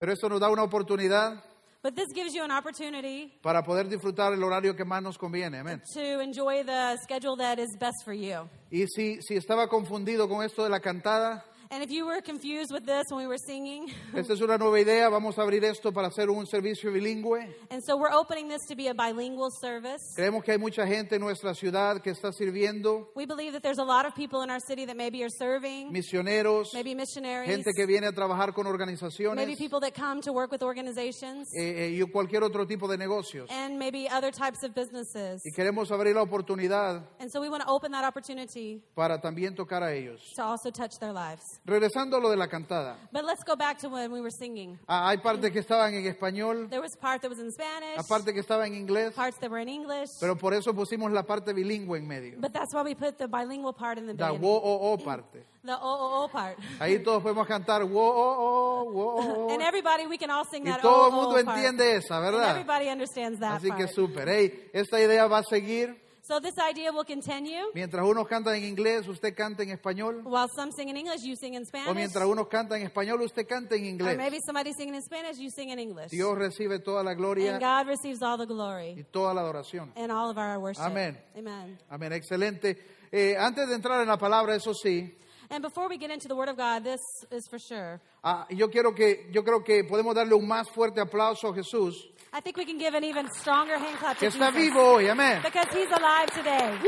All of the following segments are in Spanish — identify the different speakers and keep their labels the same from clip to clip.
Speaker 1: Pero esto nos da una oportunidad
Speaker 2: But this gives you an opportunity
Speaker 1: para poder disfrutar el horario que más nos conviene. Amén.
Speaker 2: to enjoy the schedule that is best for you.
Speaker 1: Y si, si estaba confundido con esto de la cantada,
Speaker 2: And if you were confused with this when we were singing,
Speaker 1: esta es una nueva idea. Vamos a abrir esto para hacer un servicio bilingüe.
Speaker 2: and so we're opening this to be a bilingual service.
Speaker 1: Creemos que hay mucha gente en nuestra ciudad que está sirviendo,
Speaker 2: We believe that there's a lot of people in our city that maybe are serving,
Speaker 1: misioneros,
Speaker 2: maybe missionaries,
Speaker 1: gente que viene a trabajar con
Speaker 2: maybe
Speaker 1: organizaciones eh,
Speaker 2: people that come to work with organizations,
Speaker 1: eh, y cualquier otro tipo de negocios.
Speaker 2: and maybe other types of businesses.
Speaker 1: Y queremos abrir la oportunidad
Speaker 2: And so we want to open that opportunity
Speaker 1: para también tocar a ellos.
Speaker 2: to also touch their lives.
Speaker 1: Regresando a lo de la cantada,
Speaker 2: But let's go back to when we were singing.
Speaker 1: Ah, hay partes que estaban en español,
Speaker 2: There was part that was in Spanish,
Speaker 1: la parte que estaba en inglés,
Speaker 2: parts that were in English,
Speaker 1: pero por eso pusimos la parte bilingüe en medio,
Speaker 2: but that's why we put the bilingual part in the
Speaker 1: la
Speaker 2: beginning.
Speaker 1: wo-o-o parte.
Speaker 2: The O-O-O part.
Speaker 1: Ahí todos podemos cantar wo-o-o, wo-o-o,
Speaker 2: And everybody, we can all sing
Speaker 1: y
Speaker 2: that
Speaker 1: todo el
Speaker 2: "Oh, oh,
Speaker 1: mundo
Speaker 2: part.
Speaker 1: entiende esa,
Speaker 2: And
Speaker 1: ¿verdad?
Speaker 2: everybody understands that
Speaker 1: Así que
Speaker 2: part.
Speaker 1: súper. Ey, esta idea va a seguir.
Speaker 2: So this idea will continue.
Speaker 1: Mientras unos cantan en inglés, usted canta en español.
Speaker 2: While some sing in English, you sing in
Speaker 1: O
Speaker 2: Spanish.
Speaker 1: mientras unos cantan en español, usted canta en
Speaker 2: Or
Speaker 1: inglés.
Speaker 2: maybe somebody's singing in Spanish, you sing in English.
Speaker 1: Dios recibe toda la
Speaker 2: And
Speaker 1: gloria
Speaker 2: God receives all the
Speaker 1: y
Speaker 2: glory
Speaker 1: toda la adoración.
Speaker 2: and all of our worship.
Speaker 1: Amén.
Speaker 2: Amen.
Speaker 1: Amén, excelente. Eh, antes de entrar en la palabra, eso sí,
Speaker 2: And before we get into the Word of God, this is for sure.
Speaker 1: ah, yo quiero que, yo creo que podemos darle un más fuerte aplauso a Jesús,
Speaker 2: I think we can give an even stronger hand clap
Speaker 1: que
Speaker 2: to
Speaker 1: está
Speaker 2: Jesus.
Speaker 1: vivo hoy, amén.
Speaker 2: Because He's alive today.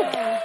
Speaker 2: Amen.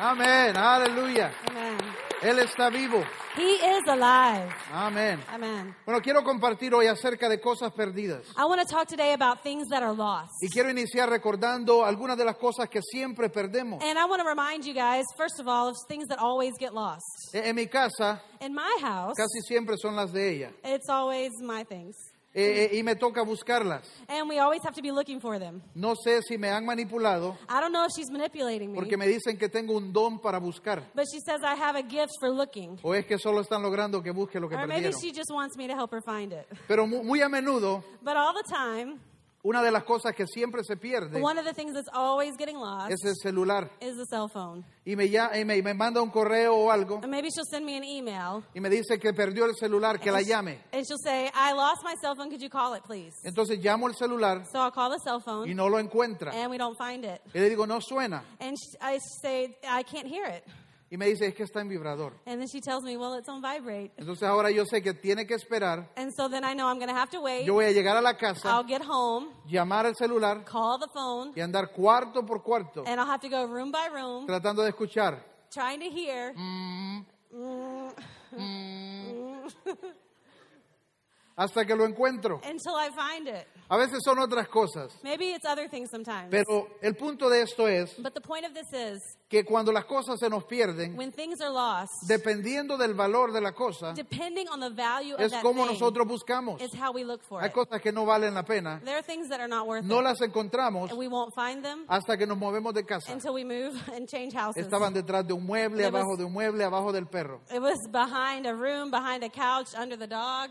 Speaker 1: Amén, aleluya.
Speaker 2: Amen.
Speaker 1: Él está vivo,
Speaker 2: He is alive.
Speaker 1: amén.
Speaker 2: Amen.
Speaker 1: Bueno, quiero compartir hoy acerca de cosas perdidas.
Speaker 2: I want to talk today about things that are lost.
Speaker 1: Y quiero iniciar recordando algunas de las cosas que siempre perdemos.
Speaker 2: And I want to remind you guys, first of all, of things that always get lost.
Speaker 1: Eh, En mi casa
Speaker 2: In my house,
Speaker 1: casi siempre son las de ella.
Speaker 2: it's always my things.
Speaker 1: Eh, eh, y me toca buscarlas.
Speaker 2: And we always have to be looking for them.
Speaker 1: No sé si me han manipulado
Speaker 2: I don't know if she's manipulating me,
Speaker 1: porque me dicen que tengo un don para buscar.
Speaker 2: but she says I have a gift for looking.
Speaker 1: O es que solo están logrando que busque lo que
Speaker 2: Or maybe
Speaker 1: perdieron.
Speaker 2: she just wants me to help her find it.
Speaker 1: Pero mu- muy, a menudo,
Speaker 2: But all the time,
Speaker 1: una de las cosas que siempre se pierde
Speaker 2: one of the things that's always getting lost
Speaker 1: es el celular.
Speaker 2: is the cell phone.
Speaker 1: Y me, ya, y me, y me manda un correo o algo
Speaker 2: And maybe she'll send me an email.
Speaker 1: y me dice que perdió el celular, que la
Speaker 2: and she-
Speaker 1: llame.
Speaker 2: And she'll say, I lost my cell phone. Could you call it, please?
Speaker 1: Entonces llamo el celular
Speaker 2: So I'll call the cell
Speaker 1: y
Speaker 2: phone,
Speaker 1: no lo encuentra.
Speaker 2: and we don't find it.
Speaker 1: Y le digo, no suena.
Speaker 2: And sh I say, I can't hear it.
Speaker 1: Y me dice, es que está en vibrador.
Speaker 2: And then she tells me, well, it's on vibrate.
Speaker 1: Entonces ahora yo sé que tiene que esperar.
Speaker 2: And so then I know I'm going to have to wait.
Speaker 1: Yo voy a llegar a la
Speaker 2: I'll
Speaker 1: casa,
Speaker 2: get home,
Speaker 1: llamar al celular
Speaker 2: call the phone,
Speaker 1: y andar cuarto por cuarto
Speaker 2: and I'll have to go room by room,
Speaker 1: tratando de escuchar.
Speaker 2: trying to hear.
Speaker 1: Mm. Hasta que lo encuentro.
Speaker 2: until I find it.
Speaker 1: A veces son otras cosas.
Speaker 2: Maybe it's other things sometimes.
Speaker 1: Pero el punto de esto es
Speaker 2: but the point of this is
Speaker 1: que cuando las cosas se nos pierden,
Speaker 2: when things are lost,
Speaker 1: dependiendo del valor de la cosa,
Speaker 2: depending on the value of
Speaker 1: es
Speaker 2: that
Speaker 1: como
Speaker 2: thing,
Speaker 1: nosotros buscamos.
Speaker 2: is how we look for
Speaker 1: Hay
Speaker 2: it.
Speaker 1: cosas que no valen la pena.
Speaker 2: There are things that are not worth
Speaker 1: No
Speaker 2: it,
Speaker 1: las Ah. encontramos
Speaker 2: and we won't find them
Speaker 1: hasta que nos movemos de casa.
Speaker 2: until we move and change houses.
Speaker 1: Estaban detrás de un mueble,
Speaker 2: There was-
Speaker 1: abajo de un mueble, abajo del perro.
Speaker 2: It was behind a room, behind a couch, under the dog.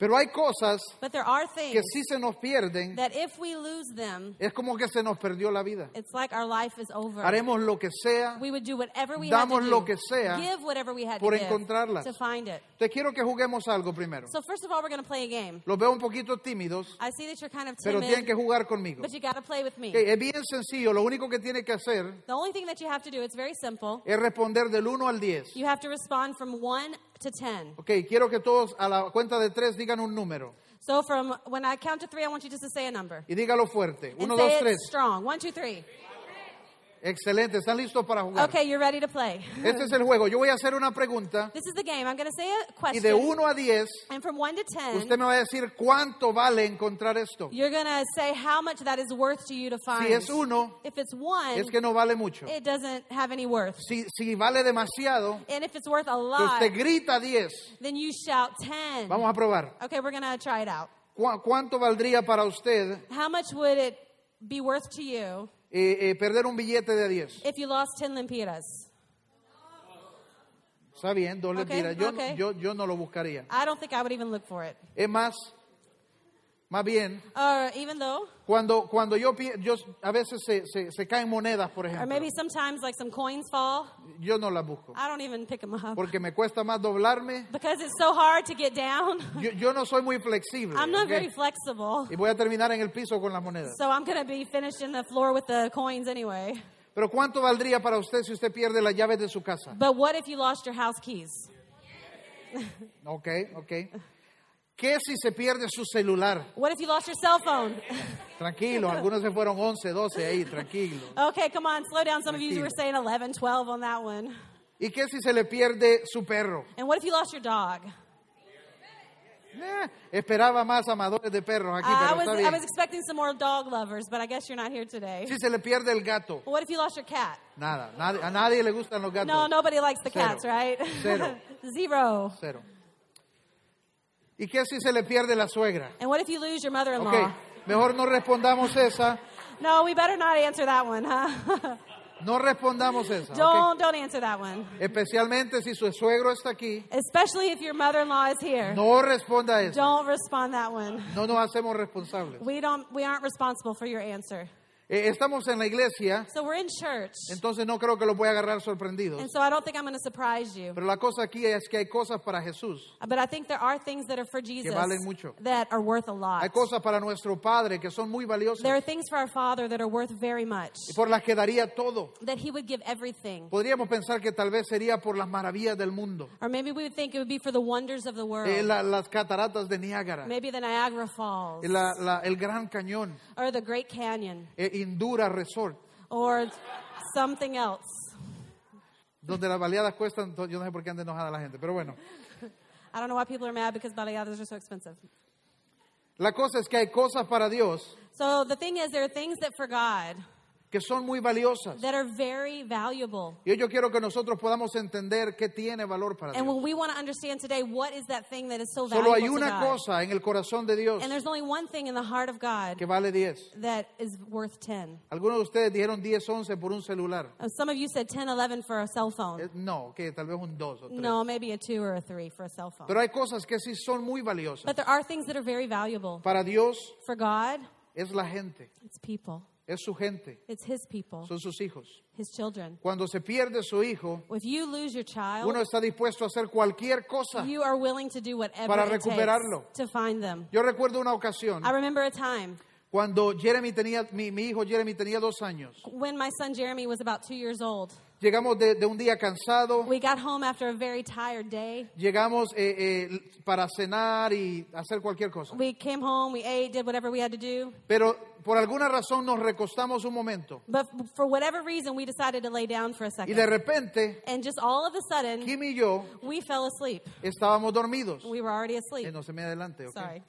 Speaker 1: Pero hay cosas
Speaker 2: But there are
Speaker 1: que
Speaker 2: things
Speaker 1: si se nos pierden,
Speaker 2: that if we lose them,
Speaker 1: es como que se nos perdió la vida.
Speaker 2: it's like our life is over.
Speaker 1: Haremos lo que sea.
Speaker 2: we would do whatever we
Speaker 1: Damos
Speaker 2: had to
Speaker 1: lo
Speaker 2: do,
Speaker 1: que sea
Speaker 2: give whatever we had
Speaker 1: por
Speaker 2: to give
Speaker 1: encontrarlas.
Speaker 2: to find it.
Speaker 1: Te quiero que juguemos algo primero.
Speaker 2: So first of all, we're going to play a game.
Speaker 1: Los veo un poquito tímidos,
Speaker 2: I see that you're kind of
Speaker 1: pero
Speaker 2: timid,
Speaker 1: tienen que jugar conmigo.
Speaker 2: but you got to play with me.
Speaker 1: Ok, es bien sencillo. Lo único que tiene que hacer
Speaker 2: The only thing that you have to do, it's very simple.
Speaker 1: es responder del 1 al 10.
Speaker 2: You have to respond from 1 to 10.
Speaker 1: Ok, quiero que todos a la cuenta de 3 digan un número.
Speaker 2: So from when I count to 3, I want you just to say a number.
Speaker 1: Y dígalo fuerte.
Speaker 2: And
Speaker 1: 1,
Speaker 2: say
Speaker 1: 2,
Speaker 2: it
Speaker 1: 3.
Speaker 2: strong. 1, 2, 3.
Speaker 1: Excelente. ¿Están listos para jugar?
Speaker 2: Okay, you're ready to play.
Speaker 1: Este es el juego. Yo voy a hacer una pregunta
Speaker 2: This is the game. I'm going to say a
Speaker 1: y
Speaker 2: question.
Speaker 1: de 1 a 10
Speaker 2: and from 1 to 10,
Speaker 1: usted me va a decir cuánto vale encontrar esto.
Speaker 2: you're going to say how much that is worth to you to find.
Speaker 1: Si es 1,
Speaker 2: if it's 1,
Speaker 1: es que no vale mucho.
Speaker 2: it doesn't have any worth.
Speaker 1: Si, si vale demasiado,
Speaker 2: And if it's worth a
Speaker 1: que
Speaker 2: lot,
Speaker 1: usted grita 10.
Speaker 2: then you shout 10.
Speaker 1: Vamos a probar.
Speaker 2: Okay, we're going to try it out.
Speaker 1: ¿Cu- ¿Cuánto valdría para usted
Speaker 2: How much would it be worth to you
Speaker 1: eh, eh, perder un billete de 10?
Speaker 2: if you lost 10 lempiras?
Speaker 1: Está bien, dos
Speaker 2: Ok,
Speaker 1: lempiras. Yo,
Speaker 2: ok.
Speaker 1: yo, yo no lo buscaría.
Speaker 2: I don't think I would even look for it.
Speaker 1: Es más, Más bien,
Speaker 2: Or even though,
Speaker 1: cuando, cuando yo, pi- yo a veces se, se- se caen monedas, por
Speaker 2: or
Speaker 1: ejemplo,
Speaker 2: maybe Ah. sometimes like some coins fall,
Speaker 1: yo no las busco.
Speaker 2: I don't even pick them up
Speaker 1: Porque me cuesta más doblarme.
Speaker 2: because it's so hard to get down.
Speaker 1: Yo, yo no soy muy flexible.
Speaker 2: I'm not
Speaker 1: ¿ok?
Speaker 2: very flexible.
Speaker 1: Y voy a terminar en el piso con las monedas.
Speaker 2: So I'm going to be finished in the floor with the coins anyway.
Speaker 1: Pero ¿cuánto valdría para usted si usted pierde las llaves de su casa?
Speaker 2: But what if you lost your house keys?
Speaker 1: Ok, ok. ¿Qué si se pierde su celular?
Speaker 2: What if you lost your cell phone?
Speaker 1: Tranquilo, algunos se fueron 11, 12 ahí, tranquilo.
Speaker 2: Okay, come on, slow down. Some of you
Speaker 1: Tranquilo.
Speaker 2: were saying 11, 12 on that one.
Speaker 1: ¿Y qué si se le pierde su perro?
Speaker 2: And what if you lost your dog?
Speaker 1: Eh, esperaba más amadores de perros aquí,
Speaker 2: I, I
Speaker 1: pero
Speaker 2: was
Speaker 1: está
Speaker 2: I was
Speaker 1: bien.
Speaker 2: expecting some more dog lovers, but I guess you're not here today.
Speaker 1: Si se le pierde el gato,
Speaker 2: Well, what if you lost your cat?
Speaker 1: nada, nadie- a nadie le gustan los gatos.
Speaker 2: No, nobody likes the
Speaker 1: Cero.
Speaker 2: cats, right?
Speaker 1: Cero.
Speaker 2: Zero.
Speaker 1: Cero. ¿Y qué si se le pierde la suegra?
Speaker 2: And what if you lose your mother-in-law?
Speaker 1: Ok, mejor no respondamos esa,
Speaker 2: No, we better not answer that one, huh?
Speaker 1: no respondamos esa. ok.
Speaker 2: don't don't answer that one.
Speaker 1: Especialmente si su suegro está aquí,
Speaker 2: Especially if your mother-in-law is here.
Speaker 1: no responda a eso.
Speaker 2: Don't respond that one.
Speaker 1: No nos hacemos responsables.
Speaker 2: We don't we aren't responsible for your answer.
Speaker 1: Eh, estamos en la iglesia,
Speaker 2: So we're in church.
Speaker 1: entonces no creo que los voy a agarrar sorprendidos.
Speaker 2: And so I don't think I'm going to surprise you.
Speaker 1: Pero la cosa aquí es que hay cosas para Jesús.
Speaker 2: But I think there are things that are for Jesus
Speaker 1: valen mucho.
Speaker 2: that are worth a lot.
Speaker 1: Hay cosas para nuestro Padre que son muy
Speaker 2: There
Speaker 1: valiosas
Speaker 2: are things for our Father that are worth very much,
Speaker 1: y por las que daría todo.
Speaker 2: that He would give everything.
Speaker 1: Podríamos pensar que tal vez sería por las maravillas del mundo,
Speaker 2: Or maybe we would think it would be for the wonders of the world,
Speaker 1: eh, la- las cataratas de Niágara, eh,
Speaker 2: maybe the Niagara Falls,
Speaker 1: la- la- el Gran Cañón,
Speaker 2: or the Great Canyon,
Speaker 1: eh, Indura Resort,
Speaker 2: or something else.
Speaker 1: donde las baleadas cuestan, to- yo no sé por qué anda enojada la gente, pero bueno.
Speaker 2: I don't know why people are mad because baleadas are so expensive.
Speaker 1: La cosa es que hay cosas para Dios
Speaker 2: So the thing is, there are things that for God
Speaker 1: que son muy valiosas.
Speaker 2: that are very valuable.
Speaker 1: Y yo quiero que nosotros podamos entender qué tiene valor para
Speaker 2: And
Speaker 1: Dios.
Speaker 2: when we want to understand today, what is that thing that is so
Speaker 1: Solo
Speaker 2: valuable
Speaker 1: hay
Speaker 2: to
Speaker 1: una
Speaker 2: God?
Speaker 1: cosa en el corazón de Dios
Speaker 2: And there's only one thing in the heart of God
Speaker 1: que vale 10.
Speaker 2: that is worth 10.
Speaker 1: Algunos de ustedes dijeron 10, 11 por un celular.
Speaker 2: Uh, Some of you said 10, 11 for a cell phone.
Speaker 1: Eh, No, que tal vez un 2 o 3.
Speaker 2: No, maybe a two or a three for a cell phone.
Speaker 1: Pero hay cosas que sí son muy valiosas.
Speaker 2: But there are things that are very valuable.
Speaker 1: Para Dios
Speaker 2: For God,
Speaker 1: es la gente,
Speaker 2: it's people,
Speaker 1: es su gente,
Speaker 2: it's His people,
Speaker 1: son sus hijos.
Speaker 2: His children.
Speaker 1: Cuando se pierde su hijo,
Speaker 2: If you lose your
Speaker 1: uno
Speaker 2: child,
Speaker 1: está dispuesto a hacer cualquier cosa.
Speaker 2: you are willing to do whatever
Speaker 1: Para
Speaker 2: it
Speaker 1: recuperarlo.
Speaker 2: takes to find them.
Speaker 1: Yo recuerdo una ocasión
Speaker 2: I remember a time
Speaker 1: cuando Jeremy tenía, mi, mi hijo Jeremy tenía dos años.
Speaker 2: when my son Jeremy was about two years old.
Speaker 1: Llegamos de, de un día cansado,
Speaker 2: We got home after a very tired day.
Speaker 1: llegamos eh, eh, para cenar y hacer cualquier cosa.
Speaker 2: We came home, we ate, did whatever we had to do.
Speaker 1: Pero por alguna razón nos recostamos un momento
Speaker 2: But for whatever reason, we decided to lay down for a
Speaker 1: y de
Speaker 2: second.
Speaker 1: repente
Speaker 2: And just all of a sudden,
Speaker 1: Kim y yo
Speaker 2: we fell asleep.
Speaker 1: estábamos dormidos.
Speaker 2: We were already asleep.
Speaker 1: Eh, no se me adelante, ¿ok?
Speaker 2: Sorry.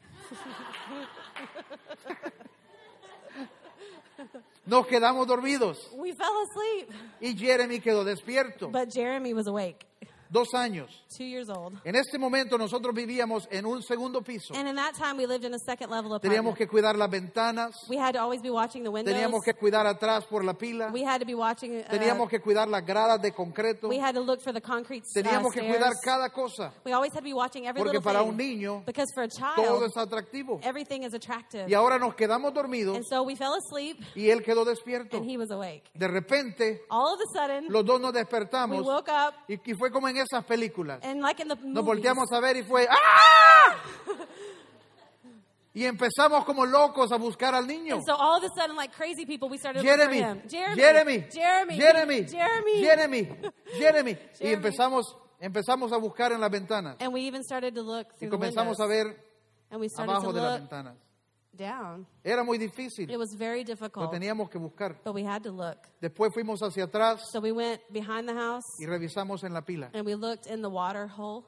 Speaker 1: Nos quedamos dormidos
Speaker 2: We fell asleep.
Speaker 1: y Jeremy quedó despierto.
Speaker 2: But Jeremy was awake,
Speaker 1: Dos años.
Speaker 2: two years old.
Speaker 1: En este momento nosotros vivíamos en un segundo piso.
Speaker 2: And in that time, we lived in a second level
Speaker 1: Teníamos
Speaker 2: apartment.
Speaker 1: que cuidar las ventanas,
Speaker 2: We had to always be watching the windows.
Speaker 1: teníamos que cuidar atrás por la pila,
Speaker 2: We had to be watching. uh,
Speaker 1: teníamos que cuidar las gradas de concreto,
Speaker 2: we had to look for the concrete s- uh,
Speaker 1: teníamos que
Speaker 2: stairs.
Speaker 1: cuidar cada cosa,
Speaker 2: We always had to be watching every
Speaker 1: porque
Speaker 2: little
Speaker 1: para
Speaker 2: thing.
Speaker 1: un niño
Speaker 2: because for a
Speaker 1: todo
Speaker 2: child,
Speaker 1: es atractivo.
Speaker 2: everything is attractive.
Speaker 1: Y ahora nos quedamos dormidos
Speaker 2: And so we fell asleep,
Speaker 1: y él quedó despierto.
Speaker 2: and he was awake.
Speaker 1: De repente,
Speaker 2: All of a sudden,
Speaker 1: los dos nos
Speaker 2: we
Speaker 1: despertamos
Speaker 2: woke up,
Speaker 1: y, y fue como en esas películas.
Speaker 2: and like in the
Speaker 1: Nos
Speaker 2: movies,
Speaker 1: volteamos a ver y fue ¡Ah! Y empezamos como locos a buscar al niño.
Speaker 2: and so all of a sudden, like crazy people, we started
Speaker 1: Jeremy,
Speaker 2: looking for him.
Speaker 1: Jeremy,
Speaker 2: Jeremy,
Speaker 1: Jeremy,
Speaker 2: Jeremy,
Speaker 1: Jeremy, Jeremy. Y
Speaker 2: Jeremy.
Speaker 1: empezamos, empezamos a buscar en las ventanas
Speaker 2: And we even started to look
Speaker 1: y
Speaker 2: through the
Speaker 1: comenzamos a
Speaker 2: windows.
Speaker 1: ver
Speaker 2: And we started to
Speaker 1: abajo de las
Speaker 2: look
Speaker 1: ventanas.
Speaker 2: down.
Speaker 1: Era muy
Speaker 2: It
Speaker 1: difícil,
Speaker 2: was very
Speaker 1: lo
Speaker 2: difficult,
Speaker 1: teníamos que buscar.
Speaker 2: but we had to look.
Speaker 1: Después fuimos hacia atrás
Speaker 2: So we went behind the house
Speaker 1: y revisamos en la pila
Speaker 2: and we looked in the water hole,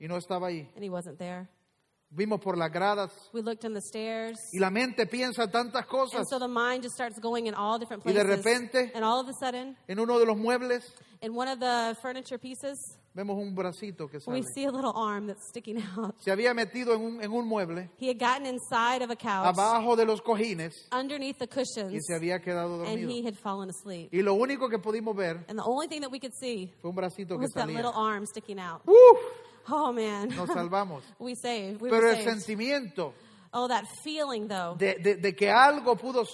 Speaker 1: y no estaba ahí.
Speaker 2: and he wasn't there.
Speaker 1: Vimos por las gradas
Speaker 2: We looked in the stairs,
Speaker 1: y la mente piensa tantas cosas
Speaker 2: and so the mind just starts going in all different
Speaker 1: Y de
Speaker 2: places.
Speaker 1: repente-
Speaker 2: and all of a sudden,
Speaker 1: En uno de los muebles
Speaker 2: in one of the furniture pieces,
Speaker 1: vemos un bracito que sale.
Speaker 2: we see a little arm that's sticking out.
Speaker 1: Se había metido en un, en un mueble,
Speaker 2: He had gotten inside of a couch,
Speaker 1: abajo de los cojines,
Speaker 2: underneath the
Speaker 1: y
Speaker 2: cushions,
Speaker 1: se había quedado
Speaker 2: and
Speaker 1: dormido.
Speaker 2: he had fallen asleep.
Speaker 1: Y lo único que pudimos ver
Speaker 2: And the only thing that we could see
Speaker 1: fue un bracito que
Speaker 2: was that
Speaker 1: salía.
Speaker 2: little arm sticking out.
Speaker 1: ¡Uf!
Speaker 2: Oh man,
Speaker 1: Nos salvamos.
Speaker 2: we saved. We
Speaker 1: Pero
Speaker 2: were
Speaker 1: el
Speaker 2: saved.
Speaker 1: sentimiento
Speaker 2: Oh, that feeling though.
Speaker 1: de, de- de que algo pudo
Speaker 2: That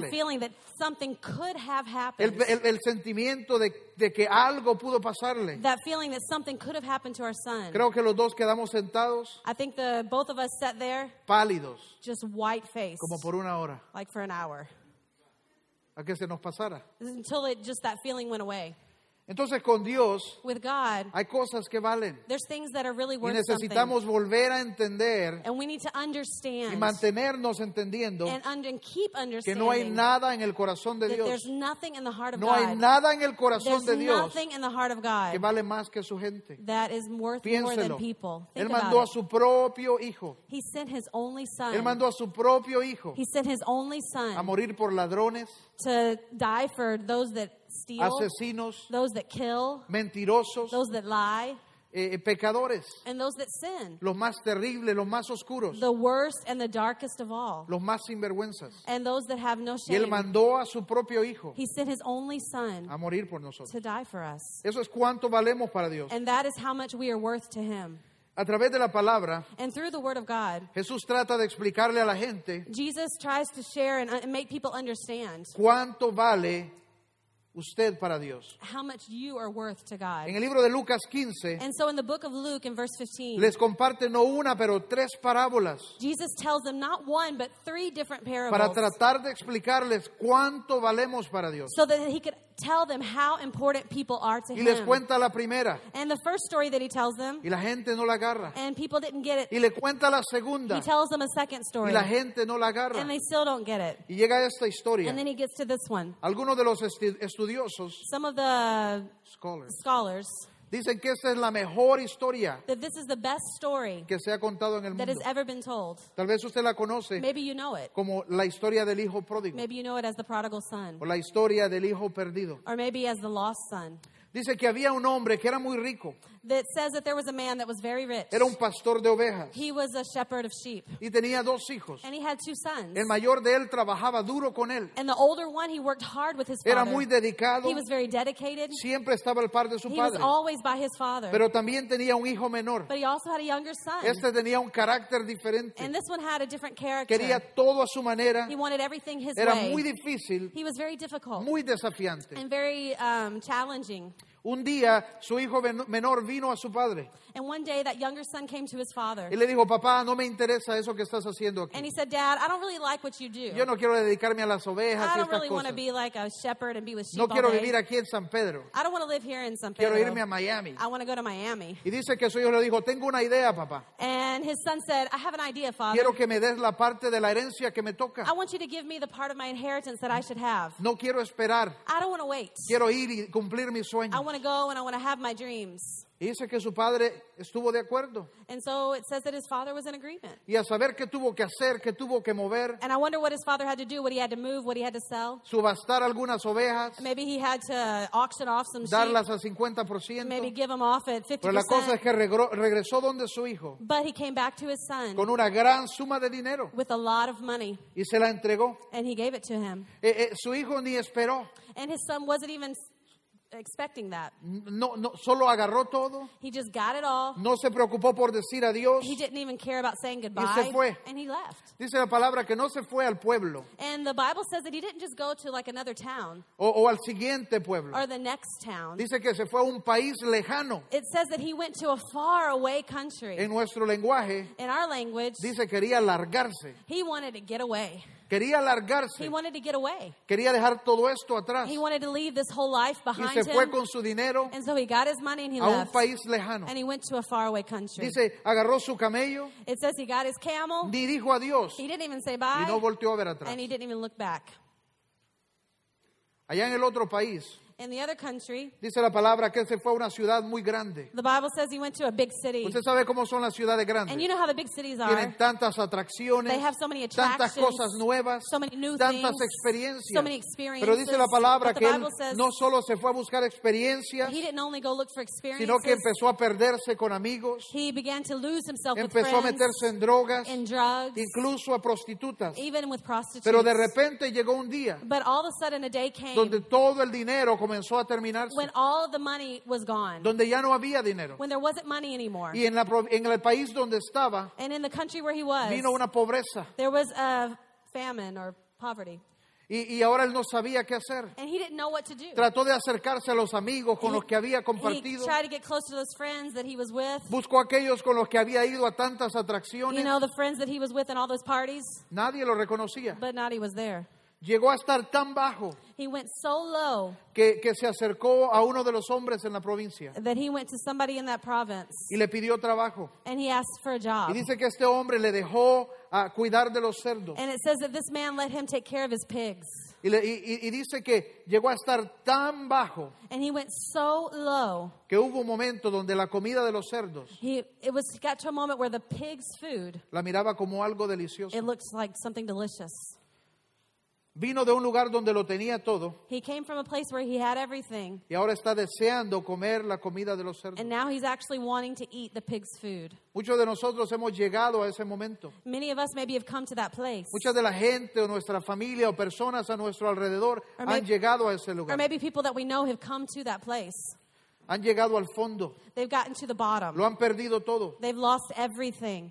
Speaker 1: sucederle.
Speaker 2: feeling that something could have happened.
Speaker 1: El, el- el sentimiento de, de que algo pudo pasarle.
Speaker 2: That feeling that something could have happened to our son.
Speaker 1: Creo que los dos quedamos sentados,
Speaker 2: I think the both of us sat there
Speaker 1: pálidos,
Speaker 2: just white faced
Speaker 1: como por una hora,
Speaker 2: like for an hour
Speaker 1: a que se nos pasara.
Speaker 2: until it just that feeling went away.
Speaker 1: Entonces con Dios
Speaker 2: With God,
Speaker 1: hay cosas que valen
Speaker 2: there's things that are really
Speaker 1: y
Speaker 2: worth something.
Speaker 1: necesitamos volver a entender
Speaker 2: And we need to understand
Speaker 1: y mantenernos entendiendo
Speaker 2: and, un- and keep
Speaker 1: que
Speaker 2: understanding
Speaker 1: no hay nada en el corazón de
Speaker 2: that
Speaker 1: Dios,
Speaker 2: there's nothing in the heart of
Speaker 1: no hay
Speaker 2: God.
Speaker 1: nada en el corazón de
Speaker 2: there's
Speaker 1: Dios
Speaker 2: nothing in the heart of
Speaker 1: que
Speaker 2: God
Speaker 1: vale más que su gente.
Speaker 2: that is worth more than
Speaker 1: Piénselo.
Speaker 2: people. Think
Speaker 1: Él mandó a
Speaker 2: about it.
Speaker 1: su propio hijo.
Speaker 2: He sent his only son.
Speaker 1: Él mandó a su propio hijo
Speaker 2: he sent his only
Speaker 1: a
Speaker 2: son
Speaker 1: morir por ladrones,
Speaker 2: to die for those that steal,
Speaker 1: asesinos,
Speaker 2: those that kill,
Speaker 1: mentirosos,
Speaker 2: those that lie,
Speaker 1: eh, pecadores,
Speaker 2: and those that sin.
Speaker 1: los más terribles, los más oscuros,
Speaker 2: The worst and the darkest of all.
Speaker 1: los más sinvergüenzas.
Speaker 2: And those that have no
Speaker 1: Y él
Speaker 2: shame.
Speaker 1: mandó a su propio hijo
Speaker 2: He sent his only son
Speaker 1: a morir por nosotros.
Speaker 2: to die for us.
Speaker 1: Eso es cuánto valemos para Dios.
Speaker 2: And that is how much we are worth to him.
Speaker 1: A través de la palabra,
Speaker 2: And through the word of God,
Speaker 1: Jesús trata de explicarle a la gente
Speaker 2: Jesus tries to share and, and make people understand
Speaker 1: cuánto vale usted para Dios.
Speaker 2: how much you are worth to God.
Speaker 1: En el libro de Lucas 15
Speaker 2: And so in the book of Luke, in verse 15,
Speaker 1: les comparte no una, pero tres parábolas
Speaker 2: Jesus tells them not one, but three different
Speaker 1: para
Speaker 2: parables
Speaker 1: tratar de explicarles cuánto valemos para Dios.
Speaker 2: so that he could tell them how important people are to
Speaker 1: Y les
Speaker 2: him.
Speaker 1: cuenta la primera
Speaker 2: And the first story that he tells them,
Speaker 1: y la gente no la agarra.
Speaker 2: and people didn't get it,
Speaker 1: Y le cuenta la segunda
Speaker 2: he tells them a second
Speaker 1: y
Speaker 2: story,
Speaker 1: la gente no la agarra.
Speaker 2: and they still don't get it.
Speaker 1: Y llega esta historia.
Speaker 2: And then he gets to this one.
Speaker 1: Algunos de los esti- estudiosos,
Speaker 2: Some of the
Speaker 1: scholars,
Speaker 2: scholars
Speaker 1: dicen que esta es la mejor historia
Speaker 2: that this is the best story
Speaker 1: que se ha contado en el
Speaker 2: that has
Speaker 1: mundo.
Speaker 2: ever been told.
Speaker 1: Tal vez usted la conoce
Speaker 2: Maybe you know it.
Speaker 1: como la historia del hijo pródigo
Speaker 2: Maybe you know it as the prodigal son,
Speaker 1: o la historia del hijo perdido.
Speaker 2: or maybe as the lost son.
Speaker 1: Dice que había un hombre que era muy rico,
Speaker 2: That says that there was a man that was very rich.
Speaker 1: era un pastor de ovejas
Speaker 2: He was a shepherd of sheep,
Speaker 1: y tenía dos hijos.
Speaker 2: and he had two sons.
Speaker 1: El mayor de él trabajaba duro con él,
Speaker 2: And the older one, he worked hard with his
Speaker 1: era
Speaker 2: father.
Speaker 1: muy dedicado,
Speaker 2: He was very dedicated.
Speaker 1: siempre estaba al par de su
Speaker 2: He was
Speaker 1: padre,
Speaker 2: always by his father.
Speaker 1: pero también tenía un hijo menor.
Speaker 2: But he also had a younger son.
Speaker 1: Este tenía un carácter diferente,
Speaker 2: And this one had a different character.
Speaker 1: quería todo a su manera,
Speaker 2: He wanted everything his
Speaker 1: era
Speaker 2: way.
Speaker 1: muy difícil,
Speaker 2: He was very difficult
Speaker 1: muy desafiante.
Speaker 2: and very um, challenging.
Speaker 1: Un día su hijo men- menor vino a su padre
Speaker 2: And one day, that younger son came to his father.
Speaker 1: y le dijo, papá, no me interesa eso que estás haciendo aquí.
Speaker 2: And he said, Dad, I don't really like what you do.
Speaker 1: Yo no quiero dedicarme a las ovejas
Speaker 2: I
Speaker 1: y
Speaker 2: don't
Speaker 1: estas
Speaker 2: really want to
Speaker 1: cosas.
Speaker 2: be like a shepherd and be with sheep
Speaker 1: No quiero
Speaker 2: all day.
Speaker 1: vivir aquí en San Pedro.
Speaker 2: I don't want to live here in San
Speaker 1: Quiero
Speaker 2: Pedro.
Speaker 1: irme a Miami.
Speaker 2: I want to go to Miami.
Speaker 1: Y dice que su hijo le dijo, tengo una idea, papá.
Speaker 2: And his son said, I have an idea, Father.
Speaker 1: Quiero que me des la parte de la herencia que me toca.
Speaker 2: I want you to give me the part of my inheritance that I should have.
Speaker 1: No quiero esperar.
Speaker 2: I don't want to wait.
Speaker 1: Quiero ir y cumplir mi
Speaker 2: I
Speaker 1: sueño.
Speaker 2: want to go and I want to have my dreams.
Speaker 1: Y dice que su padre estuvo de acuerdo.
Speaker 2: And so it says that his father was in agreement.
Speaker 1: Y a saber qué tuvo que hacer, qué tuvo que mover,
Speaker 2: And I wonder what his father had to do, what he had to move, what he had to sell.
Speaker 1: subastar algunas ovejas,
Speaker 2: Maybe he had to auction off some sheep.
Speaker 1: darlas a
Speaker 2: Maybe
Speaker 1: 50%.
Speaker 2: give them off at 50%.
Speaker 1: Pero la cosa es que regro- regresó donde su hijo
Speaker 2: But he came back to his son
Speaker 1: con una gran suma de dinero
Speaker 2: with a lot of money
Speaker 1: y se la entregó.
Speaker 2: and he gave it to him.
Speaker 1: Eh, eh, su hijo ni esperó.
Speaker 2: And his son wasn't even s- expecting that.
Speaker 1: no, no, solo agarró todo,
Speaker 2: He just got it all.
Speaker 1: no se preocupó por decir adiós.
Speaker 2: He didn't even care about saying
Speaker 1: fue.
Speaker 2: goodbye. And he left.
Speaker 1: Dice la palabra que no se fue al pueblo
Speaker 2: And the Bible says that he didn't just go to like another town
Speaker 1: o, o al siguiente pueblo.
Speaker 2: or the next town.
Speaker 1: Dice que se fue a un país lejano.
Speaker 2: It says that he went to a far away country.
Speaker 1: En nuestro lenguaje
Speaker 2: In our language,
Speaker 1: dice quería largarse,
Speaker 2: he wanted to get away.
Speaker 1: quería
Speaker 2: He
Speaker 1: largarse,
Speaker 2: wanted to get away.
Speaker 1: quería dejar todo esto atrás
Speaker 2: He wanted to leave this whole life
Speaker 1: y
Speaker 2: behind
Speaker 1: se fue
Speaker 2: him.
Speaker 1: con su dinero
Speaker 2: And so he got his money and he
Speaker 1: a un
Speaker 2: left.
Speaker 1: país lejano.
Speaker 2: And he went to a faraway country.
Speaker 1: Dice, agarró su camello,
Speaker 2: It says he got his camel.
Speaker 1: ni dijo adiós
Speaker 2: He didn't even say
Speaker 1: y no
Speaker 2: bye.
Speaker 1: volteó a ver atrás.
Speaker 2: And he didn't even look back.
Speaker 1: Allá en el otro país
Speaker 2: In the other country,
Speaker 1: dice la palabra que se fue a una ciudad muy grande.
Speaker 2: the Bible says he went to a big city.
Speaker 1: Usted sabe cómo son las ciudades grandes.
Speaker 2: And you know how the big cities are.
Speaker 1: tienen tantas atracciones,
Speaker 2: They have so many
Speaker 1: tantas
Speaker 2: attractions,
Speaker 1: cosas nuevas,
Speaker 2: so many new
Speaker 1: tantas
Speaker 2: things,
Speaker 1: experiencias.
Speaker 2: so many experiences.
Speaker 1: Pero dice la palabra
Speaker 2: But the
Speaker 1: que él
Speaker 2: Bible says-
Speaker 1: no solo se fue a buscar experiencias,
Speaker 2: He didn't only go look for experiences.
Speaker 1: sino que empezó a perderse con amigos,
Speaker 2: He began to lose himself with
Speaker 1: empezó a
Speaker 2: friends,
Speaker 1: meterse en drogas,
Speaker 2: in drugs,
Speaker 1: incluso a prostitutas.
Speaker 2: even with prostitutes.
Speaker 1: Pero de repente llegó un día
Speaker 2: but all of a sudden, a day came
Speaker 1: donde todo el dinero, comenzó a terminarse,
Speaker 2: when all the money was gone,
Speaker 1: donde ya no había dinero.
Speaker 2: when there wasn't money anymore.
Speaker 1: Y en, la pro- en el país donde estaba,
Speaker 2: And in the country where he was,
Speaker 1: vino una pobreza.
Speaker 2: there was a famine or poverty.
Speaker 1: Y, y ahora él no sabía qué hacer.
Speaker 2: And he didn't know what to do.
Speaker 1: Trató de acercarse a los amigos con
Speaker 2: He-
Speaker 1: los que había
Speaker 2: He
Speaker 1: compartido.
Speaker 2: tried to get close to those friends that he was with.
Speaker 1: Buscó a aquellos con los que había ido a tantas
Speaker 2: You
Speaker 1: atracciones.
Speaker 2: know, the friends that he was with in all those parties,
Speaker 1: Nadie lo reconocía.
Speaker 2: but not he was there.
Speaker 1: Llegó a estar tan bajo
Speaker 2: He went so low
Speaker 1: que, que se acercó a uno de los hombres en la provincia
Speaker 2: that he went to somebody in that province
Speaker 1: y le pidió trabajo.
Speaker 2: and he asked for a
Speaker 1: Y
Speaker 2: job.
Speaker 1: dice que este hombre le dejó a cuidar de los cerdos.
Speaker 2: And it says that this man let him take care of his pigs.
Speaker 1: Y, le- y- y- y dice que llegó a estar tan bajo
Speaker 2: And he went so low.
Speaker 1: que hubo un momento donde la comida de los cerdos
Speaker 2: He it was got to a moment where the pig's food
Speaker 1: la miraba como algo delicioso.
Speaker 2: it looks like something delicious.
Speaker 1: Vino de un lugar donde lo tenía todo
Speaker 2: He came from a place where he had everything
Speaker 1: y ahora está deseando comer la comida de los cerdos.
Speaker 2: and now he's actually wanting to eat the pig's food.
Speaker 1: Muchos de nosotros hemos llegado a ese momento.
Speaker 2: Many of us maybe have come to that place.
Speaker 1: Muchas de la gente o nuestra familia o personas a nuestro alrededor
Speaker 2: Or
Speaker 1: han
Speaker 2: maybe-
Speaker 1: llegado a ese
Speaker 2: Or
Speaker 1: lugar.
Speaker 2: maybe people that we know have come to that place.
Speaker 1: Han llegado al fondo.
Speaker 2: They've gotten to the bottom.
Speaker 1: Lo han perdido todo.
Speaker 2: They've lost everything.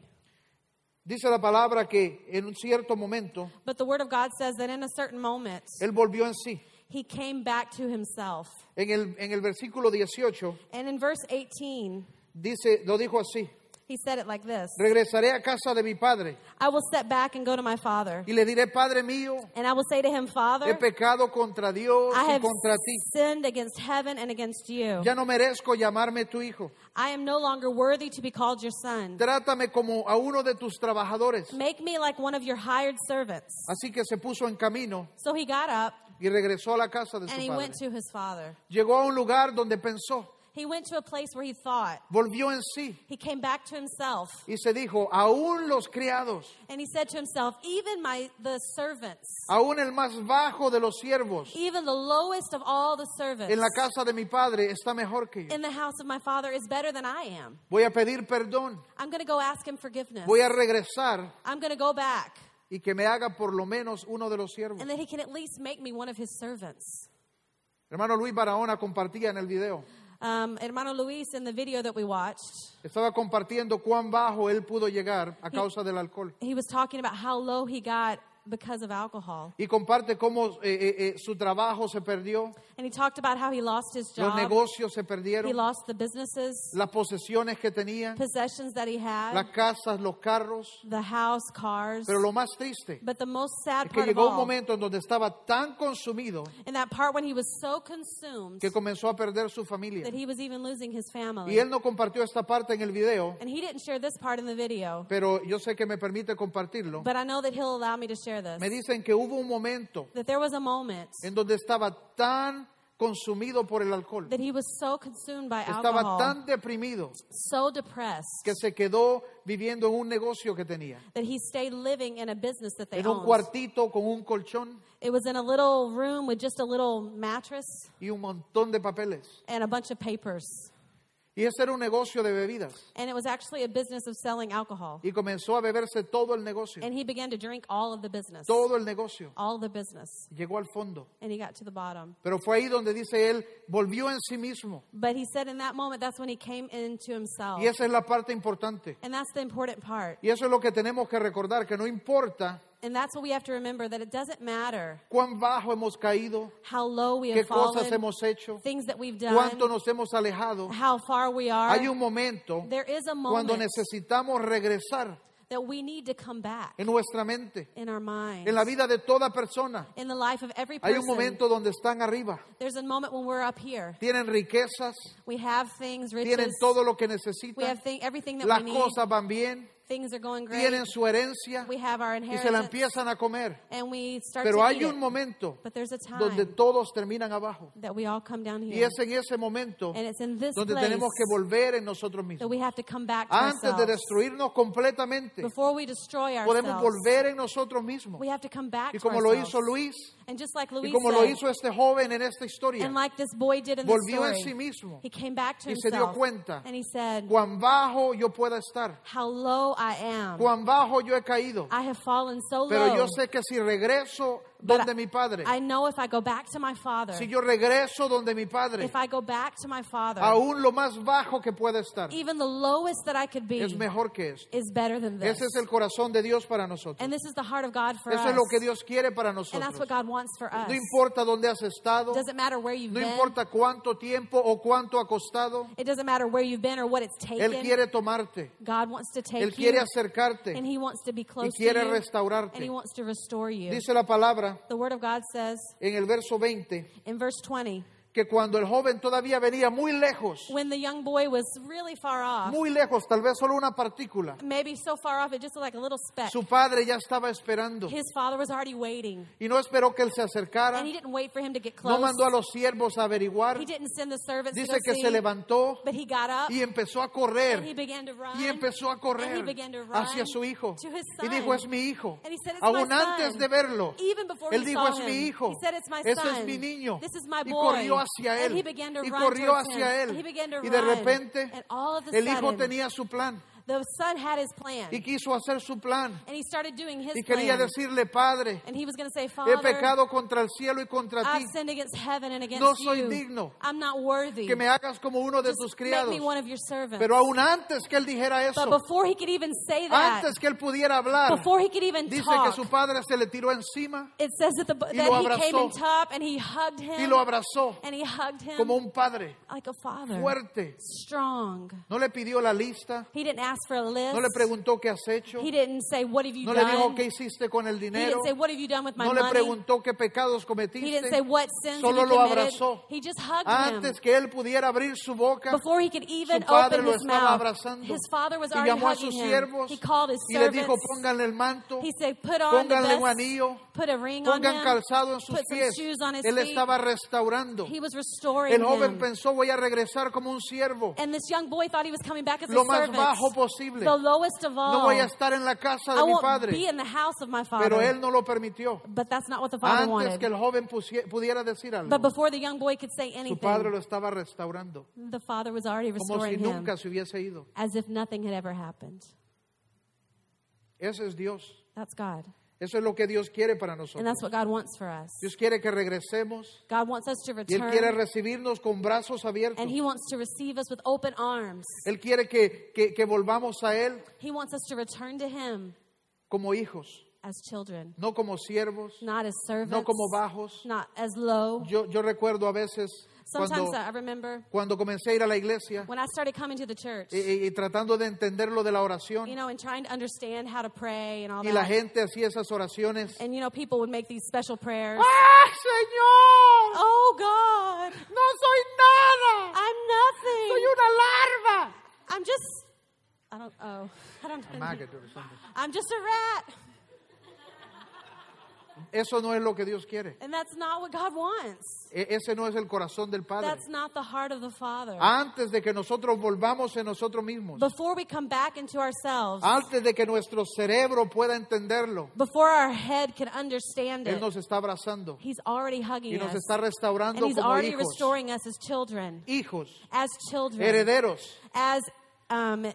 Speaker 1: Dice la palabra que en un cierto momento
Speaker 2: But the word of God says that in a certain moment,
Speaker 1: él volvió en sí.
Speaker 2: he came back to himself.
Speaker 1: En el, en el versículo 18
Speaker 2: And in verse 18,
Speaker 1: dice, lo dijo así,
Speaker 2: he said it like this
Speaker 1: regresaré a casa de mi padre
Speaker 2: I will step back and go to my father.
Speaker 1: y le diré, Padre mío,
Speaker 2: And I will say to him,
Speaker 1: he
Speaker 2: Father,
Speaker 1: pecado contra Dios
Speaker 2: I
Speaker 1: y
Speaker 2: have
Speaker 1: contra ti.
Speaker 2: sinned against heaven and against you.
Speaker 1: Ya no merezco llamarme tu hijo.
Speaker 2: I am no longer worthy to be called your son.
Speaker 1: Trátame como a uno de tus trabajadores.
Speaker 2: Make me like one of your hired servants.
Speaker 1: Así que se puso en camino
Speaker 2: So he got up
Speaker 1: y regresó a la casa de
Speaker 2: and
Speaker 1: su
Speaker 2: he
Speaker 1: padre.
Speaker 2: went to his father.
Speaker 1: Llegó a un lugar donde pensó,
Speaker 2: He went to a place where he thought.
Speaker 1: volvió en sí
Speaker 2: He came back to himself
Speaker 1: y se dijo, aún los criados,
Speaker 2: and he said to himself, Even my the servants,
Speaker 1: aún el más bajo de los siervos
Speaker 2: even the lowest of all the servants
Speaker 1: en la casa de mi padre está mejor que yo.
Speaker 2: in the house of my father is better than I am.
Speaker 1: Voy a pedir perdón,
Speaker 2: I'm going to go ask him forgiveness.
Speaker 1: voy a regresar
Speaker 2: I'm going to go back
Speaker 1: y que me haga por lo menos uno de los siervos.
Speaker 2: and that he can at least make me one of his servants.
Speaker 1: Hermano Luis Barahona compartía en el video,
Speaker 2: Um, Hermano Luis, in the video that we watched,
Speaker 1: estaba compartiendo cuán bajo él pudo llegar a causa del alcohol.
Speaker 2: he was talking about how low he got because of alcohol.
Speaker 1: Y comparte cómo eh, eh, eh, su trabajo se perdió,
Speaker 2: And he talked about how he lost his
Speaker 1: los
Speaker 2: job,
Speaker 1: negocios se
Speaker 2: he
Speaker 1: perdieron,
Speaker 2: lost the businesses,
Speaker 1: las posesiones que tenía,
Speaker 2: possessions that he had,
Speaker 1: las casas, los carros.
Speaker 2: the house, cars.
Speaker 1: Pero lo más triste
Speaker 2: But the most sad
Speaker 1: es que
Speaker 2: part of
Speaker 1: llegó un
Speaker 2: all,
Speaker 1: momento en donde estaba tan consumido
Speaker 2: in that part when he was so consumed
Speaker 1: que comenzó a perder su familia.
Speaker 2: that he was even losing his
Speaker 1: Y
Speaker 2: family.
Speaker 1: él no compartió esta parte en el video,
Speaker 2: And he didn't share this part in the video,
Speaker 1: pero yo sé que me permite compartirlo.
Speaker 2: but I know that he'll allow me to share this.
Speaker 1: Me dicen que hubo un momento
Speaker 2: That there was a moment
Speaker 1: en donde estaba tan consumido por el alcohol,
Speaker 2: that he was so consumed by
Speaker 1: estaba
Speaker 2: alcohol,
Speaker 1: tan deprimido
Speaker 2: so depressed,
Speaker 1: que se quedó viviendo en un negocio que tenía,
Speaker 2: that he stayed living in a business that they
Speaker 1: en un
Speaker 2: owned.
Speaker 1: cuartito con un colchón
Speaker 2: It was in a little room with just a little mattress
Speaker 1: y un montón de papeles.
Speaker 2: and a bunch of papers.
Speaker 1: Y ese era un negocio de bebidas.
Speaker 2: And it was actually a business of selling alcohol.
Speaker 1: Y comenzó a beberse todo el negocio,
Speaker 2: And he began to drink all of the business.
Speaker 1: todo el negocio.
Speaker 2: All the business.
Speaker 1: Llegó al fondo.
Speaker 2: And he got to the bottom.
Speaker 1: Pero fue ahí donde dice él, volvió en sí mismo.
Speaker 2: But he said in that moment, that's when he came into himself.
Speaker 1: Y esa es la parte importante.
Speaker 2: And that's the important part.
Speaker 1: Y eso es lo que tenemos que recordar, que no importa
Speaker 2: And that's what we have to remember that it doesn't matter
Speaker 1: cuán bajo hemos caído,
Speaker 2: how low we
Speaker 1: qué
Speaker 2: have
Speaker 1: cosas
Speaker 2: fallen,
Speaker 1: hemos hecho,
Speaker 2: things that we've done,
Speaker 1: cuánto nos hemos alejado.
Speaker 2: how far we are.
Speaker 1: Hay un momento
Speaker 2: There is a
Speaker 1: cuando
Speaker 2: moment
Speaker 1: necesitamos regresar
Speaker 2: that we need to come back
Speaker 1: en nuestra mente,
Speaker 2: in our mind,
Speaker 1: en la vida de toda persona.
Speaker 2: in the life of every
Speaker 1: Hay un
Speaker 2: person.
Speaker 1: momento donde están arriba,
Speaker 2: There's a moment when we're up here.
Speaker 1: tienen riquezas,
Speaker 2: We have things,
Speaker 1: tienen
Speaker 2: riches.
Speaker 1: todo lo que
Speaker 2: We
Speaker 1: necesitan,
Speaker 2: have thing, everything that
Speaker 1: las
Speaker 2: we need.
Speaker 1: cosas van bien,
Speaker 2: Things are going great.
Speaker 1: tienen su herencia
Speaker 2: We have our
Speaker 1: y se la
Speaker 2: inheritance.
Speaker 1: empiezan a comer.
Speaker 2: And we start
Speaker 1: Pero
Speaker 2: to eat
Speaker 1: hay un
Speaker 2: it.
Speaker 1: momento
Speaker 2: But there's a time
Speaker 1: donde todos terminan abajo.
Speaker 2: that we all come down
Speaker 1: Y
Speaker 2: here.
Speaker 1: es en ese momento
Speaker 2: And it's in this
Speaker 1: donde
Speaker 2: place
Speaker 1: tenemos que volver en nosotros
Speaker 2: that
Speaker 1: mismos.
Speaker 2: we have to come back to
Speaker 1: Antes de
Speaker 2: ourselves.
Speaker 1: destruirnos completamente,
Speaker 2: Before we destroy
Speaker 1: podemos
Speaker 2: ourselves,
Speaker 1: volver en nosotros mismos.
Speaker 2: we have to come back
Speaker 1: Y
Speaker 2: to
Speaker 1: como lo hizo
Speaker 2: ourselves.
Speaker 1: Luis,
Speaker 2: and just like
Speaker 1: y
Speaker 2: Luis
Speaker 1: como
Speaker 2: said,
Speaker 1: lo hizo este joven en esta historia,
Speaker 2: and like this boy did in the
Speaker 1: volvió
Speaker 2: story,
Speaker 1: en sí mismo
Speaker 2: he came back to
Speaker 1: y se dio
Speaker 2: himself.
Speaker 1: cuenta
Speaker 2: and he said,
Speaker 1: cuán bajo yo pueda estar,
Speaker 2: how low I am.
Speaker 1: cuán bajo yo he caído.
Speaker 2: I have fallen so
Speaker 1: Pero
Speaker 2: low.
Speaker 1: yo sé que si regreso donde
Speaker 2: I-
Speaker 1: mi padre,
Speaker 2: I know if I go back to my father,
Speaker 1: si yo regreso donde mi padre,
Speaker 2: if I go back to my father,
Speaker 1: aún lo más bajo que pueda estar,
Speaker 2: even the lowest that I could be
Speaker 1: es mejor que esto.
Speaker 2: is better than this.
Speaker 1: Ese es el corazón de Dios para nosotros.
Speaker 2: and this is the heart of God for
Speaker 1: Eso
Speaker 2: us.
Speaker 1: es lo que Dios quiere para
Speaker 2: and that's
Speaker 1: nosotros.
Speaker 2: what God wants for us.
Speaker 1: No importa dónde has estado,
Speaker 2: it doesn't matter where you've
Speaker 1: no
Speaker 2: been.
Speaker 1: importa cuánto tiempo o cuánto ha costado,
Speaker 2: It doesn't matter where you've been or what it's taken.
Speaker 1: Él quiere tomarte,
Speaker 2: God wants to take
Speaker 1: Él quiere
Speaker 2: you. And
Speaker 1: acercarte,
Speaker 2: he wants to be close
Speaker 1: quiere
Speaker 2: to you.
Speaker 1: restaurarte.
Speaker 2: And he wants to restore you.
Speaker 1: dice la palabra
Speaker 2: the word of God says
Speaker 1: en el verso 20,
Speaker 2: in verse 20,
Speaker 1: que cuando el joven todavía venía muy lejos,
Speaker 2: when the young boy was really far off,
Speaker 1: muy lejos, tal vez solo una partícula,
Speaker 2: maybe so far off it just looked like a little speck.
Speaker 1: su padre ya estaba esperando
Speaker 2: His father was already waiting.
Speaker 1: y no esperó que él se acercara,
Speaker 2: And he didn't wait for him to get
Speaker 1: no
Speaker 2: close.
Speaker 1: mandó a los siervos a averiguar,
Speaker 2: he didn't send the servants to
Speaker 1: dice
Speaker 2: go
Speaker 1: que
Speaker 2: see,
Speaker 1: se levantó
Speaker 2: but he got up
Speaker 1: y empezó a
Speaker 2: and he
Speaker 1: correr.
Speaker 2: began to run.
Speaker 1: Y empezó a correr
Speaker 2: And he began to run
Speaker 1: hacia su hijo.
Speaker 2: to his
Speaker 1: Y
Speaker 2: son.
Speaker 1: dijo, es mi hijo.
Speaker 2: And he said, "It's
Speaker 1: Aún
Speaker 2: my
Speaker 1: antes
Speaker 2: son."
Speaker 1: de verlo,
Speaker 2: Even before
Speaker 1: él
Speaker 2: he
Speaker 1: dijo,
Speaker 2: saw
Speaker 1: es
Speaker 2: him,
Speaker 1: mi hijo.
Speaker 2: he said, "It's my
Speaker 1: Este es
Speaker 2: son.
Speaker 1: mi niño.
Speaker 2: This is my
Speaker 1: Y
Speaker 2: boy."
Speaker 1: corrió hacia
Speaker 2: And
Speaker 1: él.
Speaker 2: he began to
Speaker 1: Y
Speaker 2: run
Speaker 1: corrió
Speaker 2: towards
Speaker 1: hacia
Speaker 2: him. And he
Speaker 1: él.
Speaker 2: began to
Speaker 1: Y de
Speaker 2: run.
Speaker 1: repente,
Speaker 2: And all of a
Speaker 1: el hijo
Speaker 2: sudden,
Speaker 1: tenía su plan.
Speaker 2: the son had his plan.
Speaker 1: Y quiso hacer su plan.
Speaker 2: and he started doing his
Speaker 1: Y quería
Speaker 2: plan.
Speaker 1: decirle, Padre,
Speaker 2: and he was going to say,
Speaker 1: he
Speaker 2: Father,
Speaker 1: pecado contra el cielo y contra ti.
Speaker 2: I've sinned against heaven and against
Speaker 1: No soy
Speaker 2: you.
Speaker 1: digno
Speaker 2: I'm not worthy.
Speaker 1: Que me hagas como uno de
Speaker 2: Just
Speaker 1: tus
Speaker 2: make
Speaker 1: criados.
Speaker 2: me one of your servants.
Speaker 1: Pero aún antes que él dijera
Speaker 2: but
Speaker 1: eso,
Speaker 2: before he could even say that,
Speaker 1: antes que él pudiera hablar,
Speaker 2: before he could even
Speaker 1: dice que
Speaker 2: talk,
Speaker 1: su padre se le tiró encima.
Speaker 2: it says that, the, that
Speaker 1: y lo
Speaker 2: he came
Speaker 1: abrazó.
Speaker 2: on top and he hugged him.
Speaker 1: y lo abrazó
Speaker 2: and he hugged him
Speaker 1: como un padre
Speaker 2: like a father.
Speaker 1: fuerte.
Speaker 2: Strong.
Speaker 1: No le pidió la lista,
Speaker 2: He didn't ask for a list.
Speaker 1: no le preguntó qué has hecho,
Speaker 2: he didn't say, What have you
Speaker 1: no le
Speaker 2: done?
Speaker 1: dijo qué hiciste con el
Speaker 2: he
Speaker 1: dinero,
Speaker 2: didn't say, What have you done with my
Speaker 1: no le
Speaker 2: money?
Speaker 1: preguntó qué pecados
Speaker 2: He didn't say
Speaker 1: cometiste.
Speaker 2: what sins
Speaker 1: Solo
Speaker 2: he
Speaker 1: lo
Speaker 2: committed.
Speaker 1: abrazó.
Speaker 2: He just hugged him.
Speaker 1: Antes que él pudiera abrir su boca,
Speaker 2: Before he could even
Speaker 1: su padre
Speaker 2: open
Speaker 1: lo
Speaker 2: his
Speaker 1: estaba
Speaker 2: mouth,
Speaker 1: abrazando.
Speaker 2: his father was
Speaker 1: y
Speaker 2: already
Speaker 1: llamó a
Speaker 2: hugging
Speaker 1: sus
Speaker 2: him.
Speaker 1: siervos
Speaker 2: He called his
Speaker 1: y le
Speaker 2: servants.
Speaker 1: dijo, pónganle el manto,
Speaker 2: he said, "Put on the
Speaker 1: pónganle un
Speaker 2: best,
Speaker 1: anillo,
Speaker 2: put a ring on
Speaker 1: pongan
Speaker 2: him,
Speaker 1: calzado en sus
Speaker 2: put some
Speaker 1: pies.
Speaker 2: shoes on his
Speaker 1: Él
Speaker 2: feet."
Speaker 1: estaba restaurando.
Speaker 2: He was restoring
Speaker 1: El joven
Speaker 2: him.
Speaker 1: pensó, voy a regresar como un siervo,
Speaker 2: and this young boy thought he was coming back as
Speaker 1: lo
Speaker 2: a
Speaker 1: más
Speaker 2: servant,
Speaker 1: bajo posible.
Speaker 2: the lowest of all.
Speaker 1: No voy a estar en la casa
Speaker 2: I
Speaker 1: de mi
Speaker 2: won't
Speaker 1: padre.
Speaker 2: be in the house of my father.
Speaker 1: Pero él no lo permitió.
Speaker 2: but that's not what the father
Speaker 1: Antes
Speaker 2: wanted.
Speaker 1: que el joven pusie- pudiera decir algo,
Speaker 2: but before the young boy could say anything,
Speaker 1: su padre lo estaba restaurando,
Speaker 2: the father was already
Speaker 1: como si
Speaker 2: restoring him,
Speaker 1: nunca se hubiese ido.
Speaker 2: as if nothing had ever happened.
Speaker 1: Ese es Dios.
Speaker 2: That's God,
Speaker 1: Eso es lo que Dios quiere para
Speaker 2: and
Speaker 1: nosotros.
Speaker 2: that's what God wants for us.
Speaker 1: Dios quiere que regresemos
Speaker 2: God wants us to
Speaker 1: y Él
Speaker 2: return.
Speaker 1: quiere recibirnos con brazos abiertos.
Speaker 2: And he wants to receive us with open arms.
Speaker 1: Él quiere que, que- que volvamos a Él
Speaker 2: He wants us to return to him
Speaker 1: como hijos,
Speaker 2: as children,
Speaker 1: no como siervos,
Speaker 2: not as servants,
Speaker 1: no como bajos.
Speaker 2: not as low.
Speaker 1: Yo, yo recuerdo a veces
Speaker 2: Sometimes
Speaker 1: cuando,
Speaker 2: I remember
Speaker 1: cuando comencé a ir a la iglesia
Speaker 2: when I started coming to the church,
Speaker 1: y, y- y tratando de entender lo de la oración.
Speaker 2: you know, and trying to understand how to pray and all
Speaker 1: eh. Y la
Speaker 2: that.
Speaker 1: gente hacía esas oraciones.
Speaker 2: And you know, people would make these special prayers.
Speaker 1: ¡Ah, Señor!
Speaker 2: Oh God,
Speaker 1: ¡No soy nada!
Speaker 2: I'm nothing.
Speaker 1: una larva!
Speaker 2: I'm just I don't oh, I don't know. I'm just a rat.
Speaker 1: Eso no es lo que Dios quiere.
Speaker 2: And that's not what God wants.
Speaker 1: E- ese no es el corazón del Padre.
Speaker 2: That's not the heart of the Father.
Speaker 1: Antes de que nosotros volvamos en nosotros mismos,
Speaker 2: Before we come back into ourselves,
Speaker 1: antes de que nuestro cerebro pueda entenderlo,
Speaker 2: before our head can understand
Speaker 1: Él
Speaker 2: it,
Speaker 1: nos está abrazando
Speaker 2: He's already hugging
Speaker 1: y nos
Speaker 2: us.
Speaker 1: está restaurando
Speaker 2: And He's
Speaker 1: como
Speaker 2: already
Speaker 1: hijos,
Speaker 2: restoring us as children.
Speaker 1: hijos,
Speaker 2: As children.
Speaker 1: herederos,
Speaker 2: As um,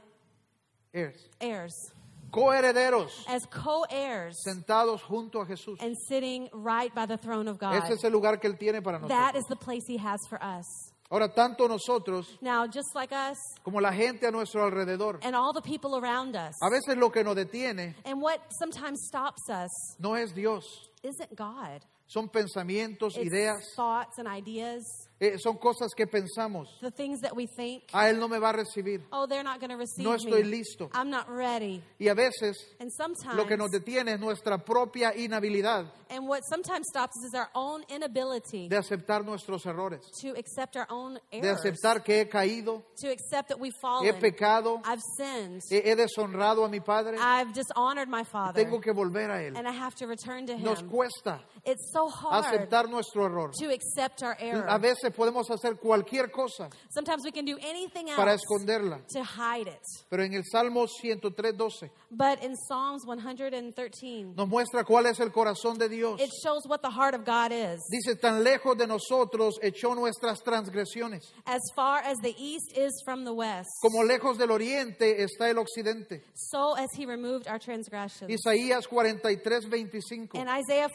Speaker 1: heirs,
Speaker 2: heirs.
Speaker 1: coherederos,
Speaker 2: As co heirs.
Speaker 1: sentados junto a Jesús.
Speaker 2: And sitting right by the throne of God.
Speaker 1: Ese es el lugar que Él tiene para nosotros.
Speaker 2: That is the place He has for us.
Speaker 1: Ahora, tanto nosotros
Speaker 2: Now, just like us
Speaker 1: como la gente a nuestro alrededor,
Speaker 2: and all the people around us,
Speaker 1: a veces lo que nos detiene
Speaker 2: and what sometimes stops us
Speaker 1: no es Dios,
Speaker 2: isn't God.
Speaker 1: son pensamientos,
Speaker 2: It's
Speaker 1: ideas,
Speaker 2: thoughts and ideas,
Speaker 1: eh, son cosas que pensamos.
Speaker 2: the things that we think.
Speaker 1: A Él no me va a recibir.
Speaker 2: Oh, they're not going to receive
Speaker 1: No estoy
Speaker 2: me.
Speaker 1: listo.
Speaker 2: I'm not ready.
Speaker 1: Y a veces
Speaker 2: And sometimes,
Speaker 1: lo que nos detiene es nuestra propia inhabilidad
Speaker 2: and what sometimes stops us is our own inability
Speaker 1: de aceptar nuestros errores,
Speaker 2: to accept our own
Speaker 1: de
Speaker 2: errors,
Speaker 1: aceptar que he caído,
Speaker 2: to accept that we've
Speaker 1: he
Speaker 2: fallen.
Speaker 1: pecado,
Speaker 2: I've sinned.
Speaker 1: he, he deshonrado a mi Padre,
Speaker 2: I've dishonored my father,
Speaker 1: tengo que volver a Él.
Speaker 2: and I have to return to
Speaker 1: Nos
Speaker 2: him.
Speaker 1: cuesta
Speaker 2: It's so hard
Speaker 1: aceptar nuestro error.
Speaker 2: to accept our error.
Speaker 1: A veces veces podemos hacer cualquier cosa
Speaker 2: Sometimes we can do anything
Speaker 1: para
Speaker 2: else
Speaker 1: esconderla.
Speaker 2: to hide it.
Speaker 1: Pero en el Salmo 103, 12
Speaker 2: But in Psalms 113,
Speaker 1: nos muestra cuál es el corazón de Dios.
Speaker 2: it shows what the heart of God is.
Speaker 1: Dice, tan lejos de nosotros echó nuestras transgresiones,
Speaker 2: As far as the east is from the west,
Speaker 1: como lejos del oriente está el occidente.
Speaker 2: so as he removed our transgressions.
Speaker 1: Isaías 43, 25.
Speaker 2: In Isaiah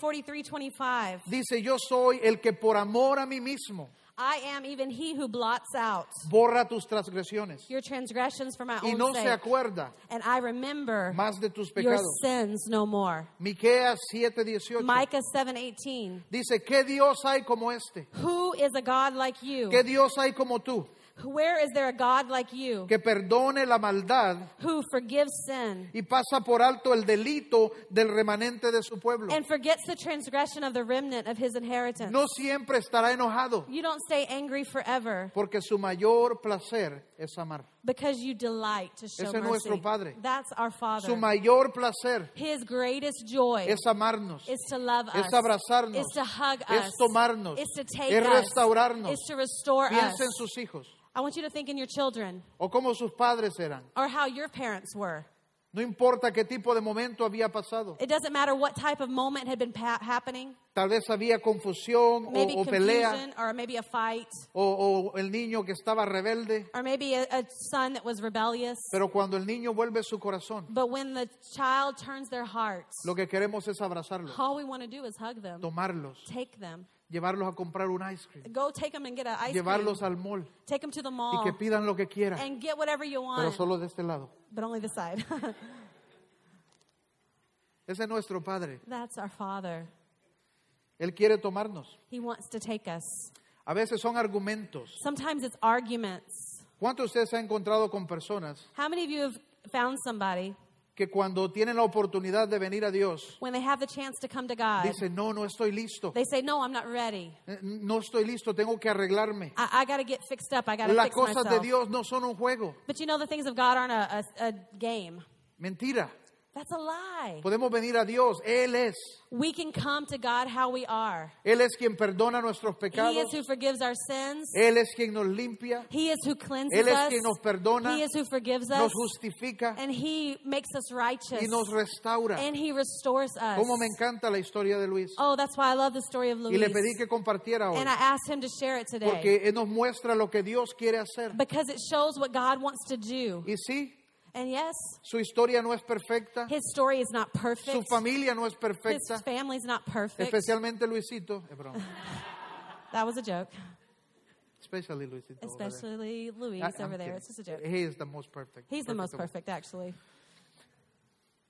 Speaker 2: 43:25,
Speaker 1: Dice, yo soy el que por amor a mí mismo
Speaker 2: I am even he who blots out
Speaker 1: borra tus transgresiones
Speaker 2: your transgressions for my
Speaker 1: y
Speaker 2: own
Speaker 1: no se
Speaker 2: sake,
Speaker 1: acuerda
Speaker 2: and I remember
Speaker 1: más de tus
Speaker 2: your
Speaker 1: pecados.
Speaker 2: sins no more.
Speaker 1: Miqueas 7:18
Speaker 2: Micah 7:18,
Speaker 1: dice, ¿qué Dios hay como este?
Speaker 2: who is a God like you?
Speaker 1: ¿Qué Dios hay como tú
Speaker 2: Where is there a God like you
Speaker 1: que perdone la maldad
Speaker 2: who forgives sin
Speaker 1: y pasa por alto el delito del remanente de su pueblo?
Speaker 2: and forgets the transgression of the remnant of his inheritance?
Speaker 1: No siempre estará enojado,
Speaker 2: You don't stay angry forever
Speaker 1: porque su mayor placer es amar.
Speaker 2: because you delight to show
Speaker 1: Ese es
Speaker 2: mercy.
Speaker 1: nuestro Padre.
Speaker 2: That's our Father.
Speaker 1: Su mayor placer
Speaker 2: His greatest joy
Speaker 1: es amarnos.
Speaker 2: is to love us,
Speaker 1: es abrazarnos,
Speaker 2: is to hug
Speaker 1: es
Speaker 2: us,
Speaker 1: tomarnos,
Speaker 2: is to take
Speaker 1: es
Speaker 2: us,
Speaker 1: restaurarnos.
Speaker 2: is to restore us.
Speaker 1: Piensa en sus hijos
Speaker 2: I want you to think in your children
Speaker 1: o cómo sus padres eran.
Speaker 2: or how your parents were.
Speaker 1: No importa qué tipo de momento había pasado.
Speaker 2: It doesn't matter what type of moment had been pa- happening,
Speaker 1: Tal vez había confusión o,
Speaker 2: maybe
Speaker 1: o pelea
Speaker 2: confusion or maybe a fight
Speaker 1: o, o el niño que estaba rebelde.
Speaker 2: or maybe a, a son that was rebellious.
Speaker 1: Pero cuando el niño vuelve su corazón,
Speaker 2: But when the child turns their heart,
Speaker 1: lo que queremos es abrazarlos,
Speaker 2: all we want to do is hug them,
Speaker 1: tomarlos,
Speaker 2: take them,
Speaker 1: llevarlos a comprar un ice cream,
Speaker 2: go take them and get an ice cream,
Speaker 1: llevarlos al mall
Speaker 2: take them to the
Speaker 1: y que
Speaker 2: mall,
Speaker 1: pidan lo que quieran,
Speaker 2: and get whatever you
Speaker 1: pero
Speaker 2: want,
Speaker 1: solo de este lado.
Speaker 2: but only the side.
Speaker 1: Ese es nuestro Padre.
Speaker 2: That's our Father.
Speaker 1: Él quiere tomarnos.
Speaker 2: He wants to take us.
Speaker 1: A veces son argumentos.
Speaker 2: Sometimes it's arguments.
Speaker 1: ¿Cuántos de ustedes se han encontrado con personas
Speaker 2: How many of you have found somebody
Speaker 1: que cuando tienen la oportunidad de venir a Dios,
Speaker 2: when they have the chance to come to God?
Speaker 1: dicen, no, no estoy listo,
Speaker 2: They say, No, I'm not ready.
Speaker 1: Eh, no estoy listo, tengo que arreglarme.
Speaker 2: I, I got to get fixed up. I got to
Speaker 1: Las
Speaker 2: fix
Speaker 1: cosas de
Speaker 2: myself.
Speaker 1: Dios no son un juego.
Speaker 2: But you know, the things of God aren't a, a, a game.
Speaker 1: Mentira.
Speaker 2: That's a lie.
Speaker 1: Podemos venir a Dios. Él es.
Speaker 2: We can come to God how we are.
Speaker 1: Él es quien perdona nuestros
Speaker 2: He
Speaker 1: pecados.
Speaker 2: is who forgives our sins.
Speaker 1: Él es quien nos limpia,
Speaker 2: He is who cleanses
Speaker 1: Él es
Speaker 2: us.
Speaker 1: quien nos perdona,
Speaker 2: he is who forgives us.
Speaker 1: nos justifica
Speaker 2: And He makes us righteous.
Speaker 1: y nos restaura.
Speaker 2: and He restores us.
Speaker 1: Cómo me encanta la historia de Luis.
Speaker 2: Oh, that's why I love the story of Luis.
Speaker 1: Y le pedí que compartiera hoy,
Speaker 2: and I asked him to share it today.
Speaker 1: porque Él nos muestra lo que Dios quiere hacer.
Speaker 2: because it shows what God wants to do.
Speaker 1: Y sí,
Speaker 2: And yes,
Speaker 1: su historia no es perfecta,
Speaker 2: his story is not
Speaker 1: su
Speaker 2: perfect.
Speaker 1: familia no es
Speaker 2: His
Speaker 1: perfecta,
Speaker 2: family's not perfect.
Speaker 1: Especialmente Luisito. Eh, perdón.
Speaker 2: That was a joke.
Speaker 1: Oh, Especially Luisito. over there.
Speaker 2: Especially Luis
Speaker 1: I- I'm
Speaker 2: over there.
Speaker 1: kidding.
Speaker 2: It's just a joke.
Speaker 1: He is the most perfect.
Speaker 2: He's the most
Speaker 1: of all.
Speaker 2: perfect, actually.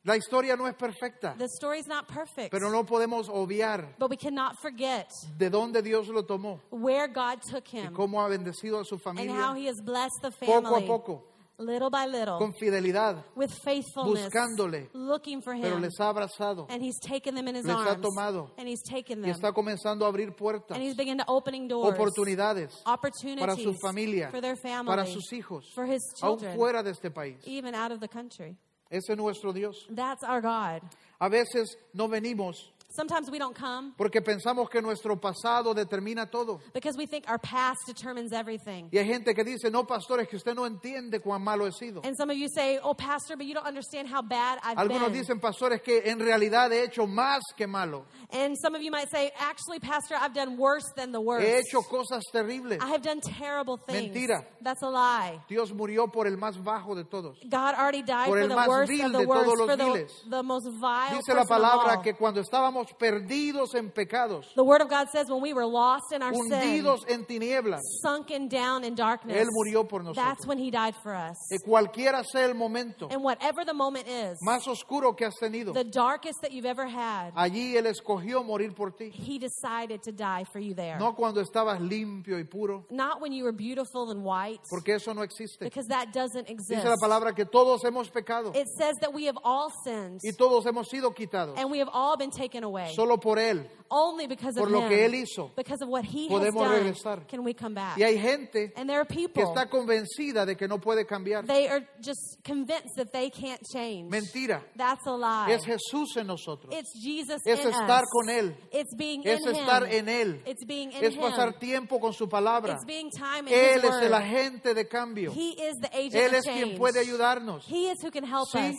Speaker 1: La historia no es perfecta,
Speaker 2: The story's not perfect.
Speaker 1: pero no podemos obviar
Speaker 2: But we cannot forget
Speaker 1: de dónde Dios lo tomó
Speaker 2: where God took
Speaker 1: y
Speaker 2: him
Speaker 1: cómo ha bendecido a su
Speaker 2: and
Speaker 1: familia
Speaker 2: how he has blessed the
Speaker 1: poco a
Speaker 2: family
Speaker 1: poco,
Speaker 2: little by little
Speaker 1: con fidelidad,
Speaker 2: with faithfulness,
Speaker 1: buscándole,
Speaker 2: looking for
Speaker 1: pero
Speaker 2: him.
Speaker 1: les ha abrazado
Speaker 2: And he's taken them in his
Speaker 1: les ha
Speaker 2: arms.
Speaker 1: tomado
Speaker 2: And he's taken
Speaker 1: y
Speaker 2: them.
Speaker 1: está comenzando a abrir puertas,
Speaker 2: And he's beginning to opening doors.
Speaker 1: oportunidades
Speaker 2: opportunities
Speaker 1: para su familia,
Speaker 2: for their family,
Speaker 1: para sus hijos,
Speaker 2: for his
Speaker 1: aún
Speaker 2: children,
Speaker 1: fuera de este país.
Speaker 2: even out of the country.
Speaker 1: Ese es nuestro Dios.
Speaker 2: That's our God.
Speaker 1: A veces no venimos
Speaker 2: Sometimes we don't come
Speaker 1: Porque pensamos que nuestro pasado determina todo.
Speaker 2: because we think our past determines everything.
Speaker 1: Y hay gente que dice, no, pastor, es que usted no entiende cuán malo he sido.
Speaker 2: And some of you say, "Oh, pastor, but you don't understand how bad I've
Speaker 1: Algunos
Speaker 2: been."
Speaker 1: dicen, pastor, es que en realidad he hecho más que malo.
Speaker 2: and some of you might say, "Actually, pastor, I've done worse than the worst.
Speaker 1: He hecho cosas terribles.
Speaker 2: I have done terrible things."
Speaker 1: Mentira.
Speaker 2: That's a lie.
Speaker 1: Dios murió por el más bajo de todos.
Speaker 2: God already died
Speaker 1: Por
Speaker 2: for
Speaker 1: el
Speaker 2: the
Speaker 1: más
Speaker 2: worst
Speaker 1: vil
Speaker 2: of the
Speaker 1: de todos
Speaker 2: worst,
Speaker 1: los
Speaker 2: for the,
Speaker 1: viles.
Speaker 2: the most vile
Speaker 1: Dice la
Speaker 2: person of
Speaker 1: palabra
Speaker 2: all.
Speaker 1: que cuando estábamos perdidos en pecados,
Speaker 2: the Word of God says, when we were lost in our sin,
Speaker 1: hundidos en tinieblas,
Speaker 2: sunken down in darkness.
Speaker 1: Él murió por nosotros.
Speaker 2: That's when he died for us.
Speaker 1: que cualquiera sea el momento
Speaker 2: And whatever the moment is,
Speaker 1: más oscuro que has tenido,
Speaker 2: the darkest that you've ever had,
Speaker 1: allí Él escogió morir por ti.
Speaker 2: he decided to die for you there.
Speaker 1: No cuando estabas limpio y puro,
Speaker 2: Not when you were beautiful and white,
Speaker 1: porque eso no existe.
Speaker 2: because that doesn't
Speaker 1: Dice
Speaker 2: exist.
Speaker 1: la palabra que todos hemos pecado
Speaker 2: It says that we have all sinned
Speaker 1: y todos hemos sido quitados.
Speaker 2: and we have all been taken away.
Speaker 1: Solo por Él
Speaker 2: Only because
Speaker 1: por
Speaker 2: of
Speaker 1: lo
Speaker 2: him,
Speaker 1: que Él hizo,
Speaker 2: because of what he
Speaker 1: podemos
Speaker 2: has done,
Speaker 1: regresar.
Speaker 2: can we come back?
Speaker 1: Y hay gente
Speaker 2: and there are
Speaker 1: que
Speaker 2: people,
Speaker 1: está convencida de que no puede cambiar.
Speaker 2: they are just convinced that they can't change.
Speaker 1: Mentira.
Speaker 2: That's a lie.
Speaker 1: Es Jesús en nosotros.
Speaker 2: it's Jesus
Speaker 1: es
Speaker 2: in
Speaker 1: estar
Speaker 2: us.
Speaker 1: con Él.
Speaker 2: It's being
Speaker 1: Es
Speaker 2: in
Speaker 1: estar
Speaker 2: him.
Speaker 1: en Él.
Speaker 2: It's being in
Speaker 1: Es
Speaker 2: him.
Speaker 1: pasar tiempo con su palabra.
Speaker 2: It's being time in
Speaker 1: Él
Speaker 2: his
Speaker 1: es el
Speaker 2: word.
Speaker 1: agente de cambio.
Speaker 2: He is the agent
Speaker 1: Él
Speaker 2: of
Speaker 1: es
Speaker 2: change.
Speaker 1: quien puede ayudarnos.
Speaker 2: He is who can help
Speaker 1: Sí.
Speaker 2: us.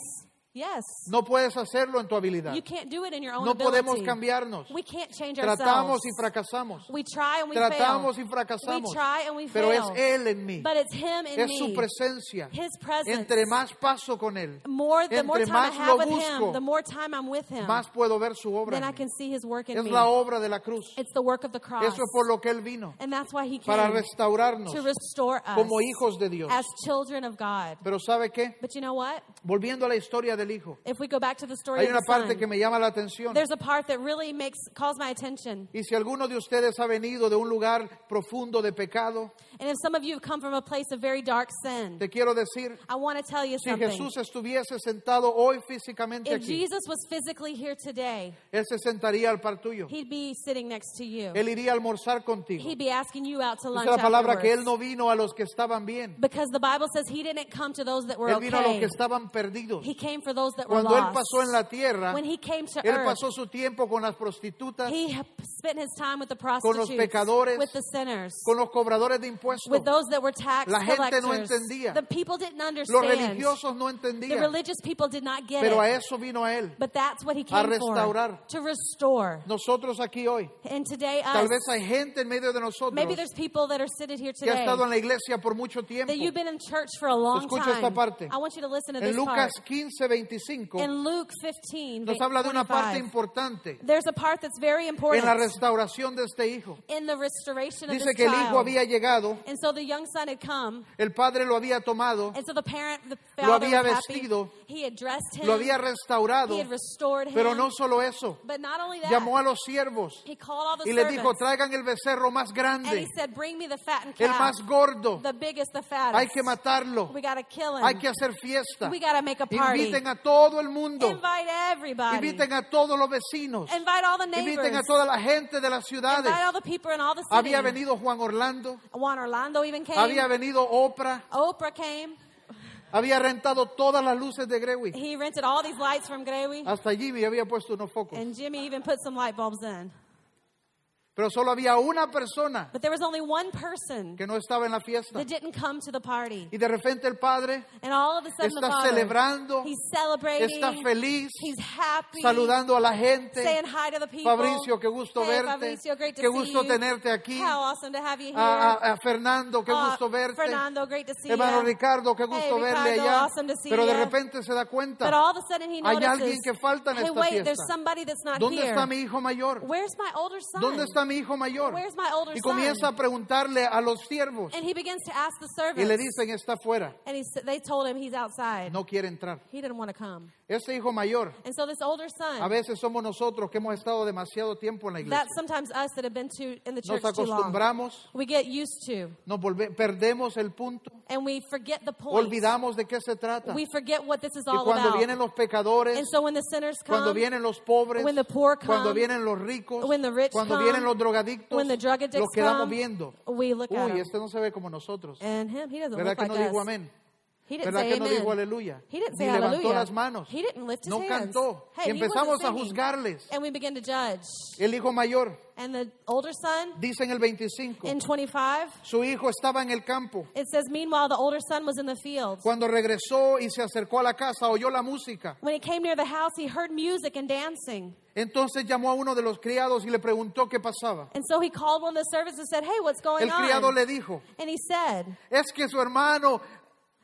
Speaker 2: Yes.
Speaker 1: No puedes hacerlo en tu habilidad.
Speaker 2: You can't do it in your own
Speaker 1: No
Speaker 2: ability.
Speaker 1: podemos cambiarnos.
Speaker 2: We can't change
Speaker 1: Tratamos
Speaker 2: ourselves.
Speaker 1: y fracasamos.
Speaker 2: we try and we
Speaker 1: Tratamos y
Speaker 2: fail.
Speaker 1: fracasamos.
Speaker 2: We try and we
Speaker 1: Pero es
Speaker 2: fail.
Speaker 1: Él en mí.
Speaker 2: But it's him in
Speaker 1: Es
Speaker 2: me.
Speaker 1: su presencia.
Speaker 2: His presence.
Speaker 1: Entre más paso con Él,
Speaker 2: more, the more
Speaker 1: entre
Speaker 2: time I
Speaker 1: más lo
Speaker 2: have with him, the
Speaker 1: busco,
Speaker 2: more time I'm with him,
Speaker 1: más puedo ver su obra.
Speaker 2: then I
Speaker 1: en mí.
Speaker 2: can see his work in
Speaker 1: Es
Speaker 2: me.
Speaker 1: la obra de la cruz.
Speaker 2: It's the work of the cross.
Speaker 1: Eso es por lo que Él vino,
Speaker 2: and that's why he
Speaker 1: para
Speaker 2: came
Speaker 1: restaurarnos
Speaker 2: to restore us
Speaker 1: como hijos de Dios.
Speaker 2: as children of God.
Speaker 1: Pero ¿sabe qué?
Speaker 2: But you know what?
Speaker 1: Volviendo a la historia del Hijo,
Speaker 2: If we go back to the story
Speaker 1: hay
Speaker 2: of
Speaker 1: una
Speaker 2: the
Speaker 1: parte
Speaker 2: son,
Speaker 1: que me llama la atención.
Speaker 2: there's a part that really makes calls my attention.
Speaker 1: Y si alguno de ustedes ha venido de un lugar profundo de pecado,
Speaker 2: And if some of you have come from a place of very dark sin,
Speaker 1: te quiero decir,
Speaker 2: I want to tell you
Speaker 1: si
Speaker 2: something.
Speaker 1: Jesús estuviese sentado hoy físicamente
Speaker 2: if
Speaker 1: aquí,
Speaker 2: Jesus was physically here today,
Speaker 1: Él se sentaría al par tuyo.
Speaker 2: he'd be sitting next to you.
Speaker 1: Él iría a almorzar contigo.
Speaker 2: He'd be asking you out to lunch
Speaker 1: Dice la palabra
Speaker 2: afterwards.
Speaker 1: que Él no vino a los que estaban bien.
Speaker 2: Because the Bible says he didn't come to those that were
Speaker 1: Él vino a los
Speaker 2: okay.
Speaker 1: que estaban perdidos.
Speaker 2: He came for those that were
Speaker 1: Cuando Él
Speaker 2: lost.
Speaker 1: pasó en la tierra,
Speaker 2: When he came to
Speaker 1: Él
Speaker 2: earth,
Speaker 1: pasó su tiempo con las prostitutas,
Speaker 2: he ha- spent his time with the
Speaker 1: los
Speaker 2: prostitutes,
Speaker 1: pecadores,
Speaker 2: with the sinners,
Speaker 1: con los cobradores de impuestos.
Speaker 2: with those that were tax
Speaker 1: La gente
Speaker 2: collectors.
Speaker 1: no entendía.
Speaker 2: The people didn't
Speaker 1: Los
Speaker 2: understand.
Speaker 1: religiosos no
Speaker 2: the
Speaker 1: entendían.
Speaker 2: religious people did not get
Speaker 1: Pero a
Speaker 2: it.
Speaker 1: eso vino a Él.
Speaker 2: But that's what he
Speaker 1: a
Speaker 2: came for,
Speaker 1: restaurar.
Speaker 2: to restore.
Speaker 1: Nosotros aquí hoy,
Speaker 2: And today,
Speaker 1: tal
Speaker 2: us,
Speaker 1: vez hay gente en medio de nosotros
Speaker 2: maybe there's people that are sitting here
Speaker 1: que ha
Speaker 2: today
Speaker 1: estado en la iglesia por mucho tiempo.
Speaker 2: that you've been in church for a long
Speaker 1: Escucha
Speaker 2: time.
Speaker 1: esta parte.
Speaker 2: I want you to listen to
Speaker 1: En
Speaker 2: this
Speaker 1: Lucas
Speaker 2: part.
Speaker 1: 15, 25
Speaker 2: In Luke 15,
Speaker 1: nos
Speaker 2: ve-
Speaker 1: habla de una parte
Speaker 2: 25,
Speaker 1: importante
Speaker 2: there's a part that's very important
Speaker 1: en la restauración de este hijo.
Speaker 2: in the restoration of
Speaker 1: Dice
Speaker 2: this
Speaker 1: que el
Speaker 2: child.
Speaker 1: hijo había llegado,
Speaker 2: And so the young son had come,
Speaker 1: el padre lo había tomado,
Speaker 2: and so the parent, the
Speaker 1: Lo
Speaker 2: father
Speaker 1: había
Speaker 2: was happy.
Speaker 1: vestido.
Speaker 2: He had dressed him.
Speaker 1: lo había
Speaker 2: he
Speaker 1: restaurado,
Speaker 2: had restored him.
Speaker 1: pero no solo eso,
Speaker 2: but not only that,
Speaker 1: llamó a los siervos
Speaker 2: he called all the
Speaker 1: y les
Speaker 2: servants,
Speaker 1: dijo, traigan el becerro más
Speaker 2: and he
Speaker 1: grande,
Speaker 2: said, "Bring me the fattened
Speaker 1: el
Speaker 2: calf,
Speaker 1: más gordo,
Speaker 2: the biggest, the fattest.
Speaker 1: hay que matarlo,
Speaker 2: we gotta kill him.
Speaker 1: hay que hacer fiesta,
Speaker 2: we gotta make a party.
Speaker 1: inviten a todo el mundo,
Speaker 2: Invite everybody.
Speaker 1: inviten a todos los vecinos,
Speaker 2: Invite all the neighbors.
Speaker 1: inviten a toda la gente de las ciudades.
Speaker 2: Invite all the people in all the cities.
Speaker 1: Había venido Juan Orlando,
Speaker 2: Juan Orlando even came.
Speaker 1: había venido Oprah,
Speaker 2: Oprah came.
Speaker 1: había rentado todas las luces de Grewy.
Speaker 2: He rented all these lights from Grewy.
Speaker 1: Hasta Jimmy había puesto unos focos.
Speaker 2: And Jimmy even put some light bulbs in.
Speaker 1: Pero solo había una persona
Speaker 2: But there was only one person
Speaker 1: que no estaba en la fiesta.
Speaker 2: that didn't come to the party.
Speaker 1: Y de repente el padre
Speaker 2: And all of a sudden, the
Speaker 1: Está
Speaker 2: father,
Speaker 1: celebrando,
Speaker 2: he's celebrating,
Speaker 1: está feliz,
Speaker 2: he's happy,
Speaker 1: saludando a la gente.
Speaker 2: saying hi to the people.
Speaker 1: Fabricio, qué gusto
Speaker 2: hey,
Speaker 1: verte.
Speaker 2: Fabricio, great to
Speaker 1: Qué
Speaker 2: see
Speaker 1: gusto
Speaker 2: you.
Speaker 1: tenerte aquí.
Speaker 2: How awesome to have you here.
Speaker 1: A, a- a Fernando, qué
Speaker 2: Uh,
Speaker 1: gusto verte.
Speaker 2: Fernando, great to see
Speaker 1: Hermano
Speaker 2: you.
Speaker 1: Ricardo, qué gusto
Speaker 2: hey,
Speaker 1: verle
Speaker 2: Ricardo,
Speaker 1: allá.
Speaker 2: Awesome to see
Speaker 1: Pero de
Speaker 2: you.
Speaker 1: repente se da
Speaker 2: But
Speaker 1: cuenta,
Speaker 2: all of a sudden he
Speaker 1: hay
Speaker 2: notices,
Speaker 1: alguien que falta en
Speaker 2: hey,
Speaker 1: esta
Speaker 2: wait,
Speaker 1: fiesta.
Speaker 2: there's somebody that's not
Speaker 1: ¿Dónde
Speaker 2: here.
Speaker 1: está mi hijo mayor?
Speaker 2: Where's my older son?
Speaker 1: ¿Dónde está mi hijo mayor?
Speaker 2: Where's my older
Speaker 1: Y comienza
Speaker 2: son?
Speaker 1: a preguntarle a los siervos
Speaker 2: And he begins to ask the
Speaker 1: y
Speaker 2: servants.
Speaker 1: le dicen, está afuera,
Speaker 2: and he, s- they told him he's outside.
Speaker 1: no quiere entrar.
Speaker 2: He didn't want to come.
Speaker 1: Este hijo mayor,
Speaker 2: And so this older
Speaker 1: a
Speaker 2: son,
Speaker 1: veces somos nosotros que hemos estado demasiado tiempo en la iglesia.
Speaker 2: that's sometimes us that have been too in the church
Speaker 1: Nos
Speaker 2: too long.
Speaker 1: acostumbramos,
Speaker 2: We get used to
Speaker 1: nos volve- perdemos el punto,
Speaker 2: and we forget the point.
Speaker 1: olvidamos de qué se trata.
Speaker 2: We
Speaker 1: Y
Speaker 2: forget what this is all
Speaker 1: cuando
Speaker 2: about.
Speaker 1: vienen los pecadores,
Speaker 2: and so when the sinners come,
Speaker 1: cuando vienen los pobres,
Speaker 2: when the poor come,
Speaker 1: cuando vienen los ricos,
Speaker 2: when the rich
Speaker 1: cuando
Speaker 2: come,
Speaker 1: vienen los drogadictos,
Speaker 2: when the drug addicts
Speaker 1: los quedamos
Speaker 2: come,
Speaker 1: viendo.
Speaker 2: we look at
Speaker 1: Uy,
Speaker 2: him.
Speaker 1: este no se ve como nosotros.
Speaker 2: and him, he doesn't
Speaker 1: ¿Verdad
Speaker 2: look
Speaker 1: que
Speaker 2: like
Speaker 1: no dijo
Speaker 2: us.
Speaker 1: amén?
Speaker 2: He didn't
Speaker 1: ¿Verdad
Speaker 2: say
Speaker 1: que no
Speaker 2: amen.
Speaker 1: dijo aleluya?
Speaker 2: He didn't
Speaker 1: Ni
Speaker 2: say
Speaker 1: levantó
Speaker 2: hallelujah.
Speaker 1: las manos.
Speaker 2: He didn't lift his
Speaker 1: No
Speaker 2: hands.
Speaker 1: cantó.
Speaker 2: Hey,
Speaker 1: Y
Speaker 2: he wasn't
Speaker 1: empezamos a
Speaker 2: singing.
Speaker 1: juzgarles.
Speaker 2: And we begin to judge.
Speaker 1: El hijo mayor,
Speaker 2: And the older son
Speaker 1: dice en el 25,
Speaker 2: in 25,
Speaker 1: su hijo estaba en el campo.
Speaker 2: it says, Meanwhile, the older son was in the field.
Speaker 1: Cuando regresó y se acercó a la casa, oyó la música.
Speaker 2: When he came near the house, he heard music and dancing.
Speaker 1: Entonces llamó a uno de los criados y le preguntó qué pasaba.
Speaker 2: And so he called one of the servants and said, Hey, what's going
Speaker 1: El criado
Speaker 2: on?
Speaker 1: le dijo,
Speaker 2: And he said,
Speaker 1: es que su hermano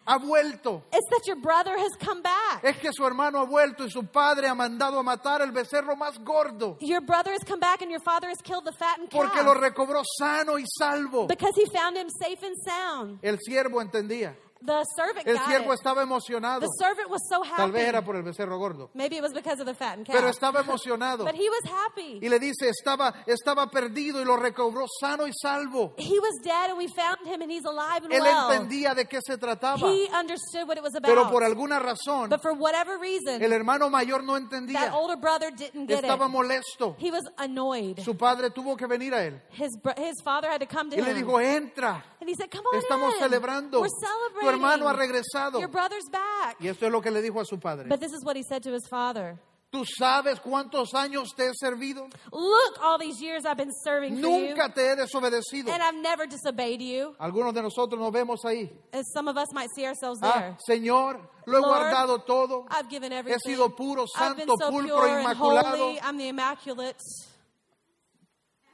Speaker 1: ha vuelto.
Speaker 2: It's that your brother has come back.
Speaker 1: Es que su hermano ha vuelto y su padre ha mandado a matar el becerro más gordo
Speaker 2: Your brother has come back and your father has killed the fattened calf.
Speaker 1: porque lo recobró sano y salvo.
Speaker 2: Because he found him safe and sound.
Speaker 1: El siervo entendía.
Speaker 2: The servant
Speaker 1: El
Speaker 2: got
Speaker 1: siervo
Speaker 2: it.
Speaker 1: estaba emocionado.
Speaker 2: The servant was so happy.
Speaker 1: Tal vez era por el becerro gordo.
Speaker 2: Maybe it was because of the fattened cow.
Speaker 1: Pero estaba emocionado.
Speaker 2: But he was happy.
Speaker 1: Y le dice, estaba, estaba perdido y lo recobró sano y salvo.
Speaker 2: He was dead and we found him and he's alive and
Speaker 1: Él
Speaker 2: well.
Speaker 1: entendía de qué se trataba.
Speaker 2: He understood what it was about.
Speaker 1: Pero por alguna razón,
Speaker 2: but for whatever reason,
Speaker 1: el hermano mayor no
Speaker 2: that
Speaker 1: entendía.
Speaker 2: older brother didn't get
Speaker 1: Estaba
Speaker 2: it.
Speaker 1: molesto.
Speaker 2: He was annoyed.
Speaker 1: Su padre tuvo que venir a él.
Speaker 2: His, bro- his father had to come to
Speaker 1: Y
Speaker 2: him.
Speaker 1: le dijo, entra.
Speaker 2: and he said, Come on.
Speaker 1: Estamos
Speaker 2: in.
Speaker 1: celebrando.
Speaker 2: We're
Speaker 1: Tu
Speaker 2: celebrating.
Speaker 1: hermano ha regresado.
Speaker 2: Your brother's back.
Speaker 1: Y esto es lo que le dijo a su padre.
Speaker 2: But this is what he said to his father
Speaker 1: ¿Tú sabes cuántos años te he servido?
Speaker 2: Look, all these years I've been serving for
Speaker 1: Nunca te he desobedecido.
Speaker 2: you, and I've never disobeyed you.
Speaker 1: Algunos de nosotros nos vemos ahí.
Speaker 2: As some of us might see ourselves
Speaker 1: Ah,
Speaker 2: there.
Speaker 1: Señor, lo he
Speaker 2: Lord,
Speaker 1: guardado todo.
Speaker 2: I've given
Speaker 1: He
Speaker 2: everything.
Speaker 1: sido puro,
Speaker 2: I've been
Speaker 1: santo,
Speaker 2: so
Speaker 1: pulcro,
Speaker 2: pure and
Speaker 1: inmaculado.
Speaker 2: holy. I'm the immaculate.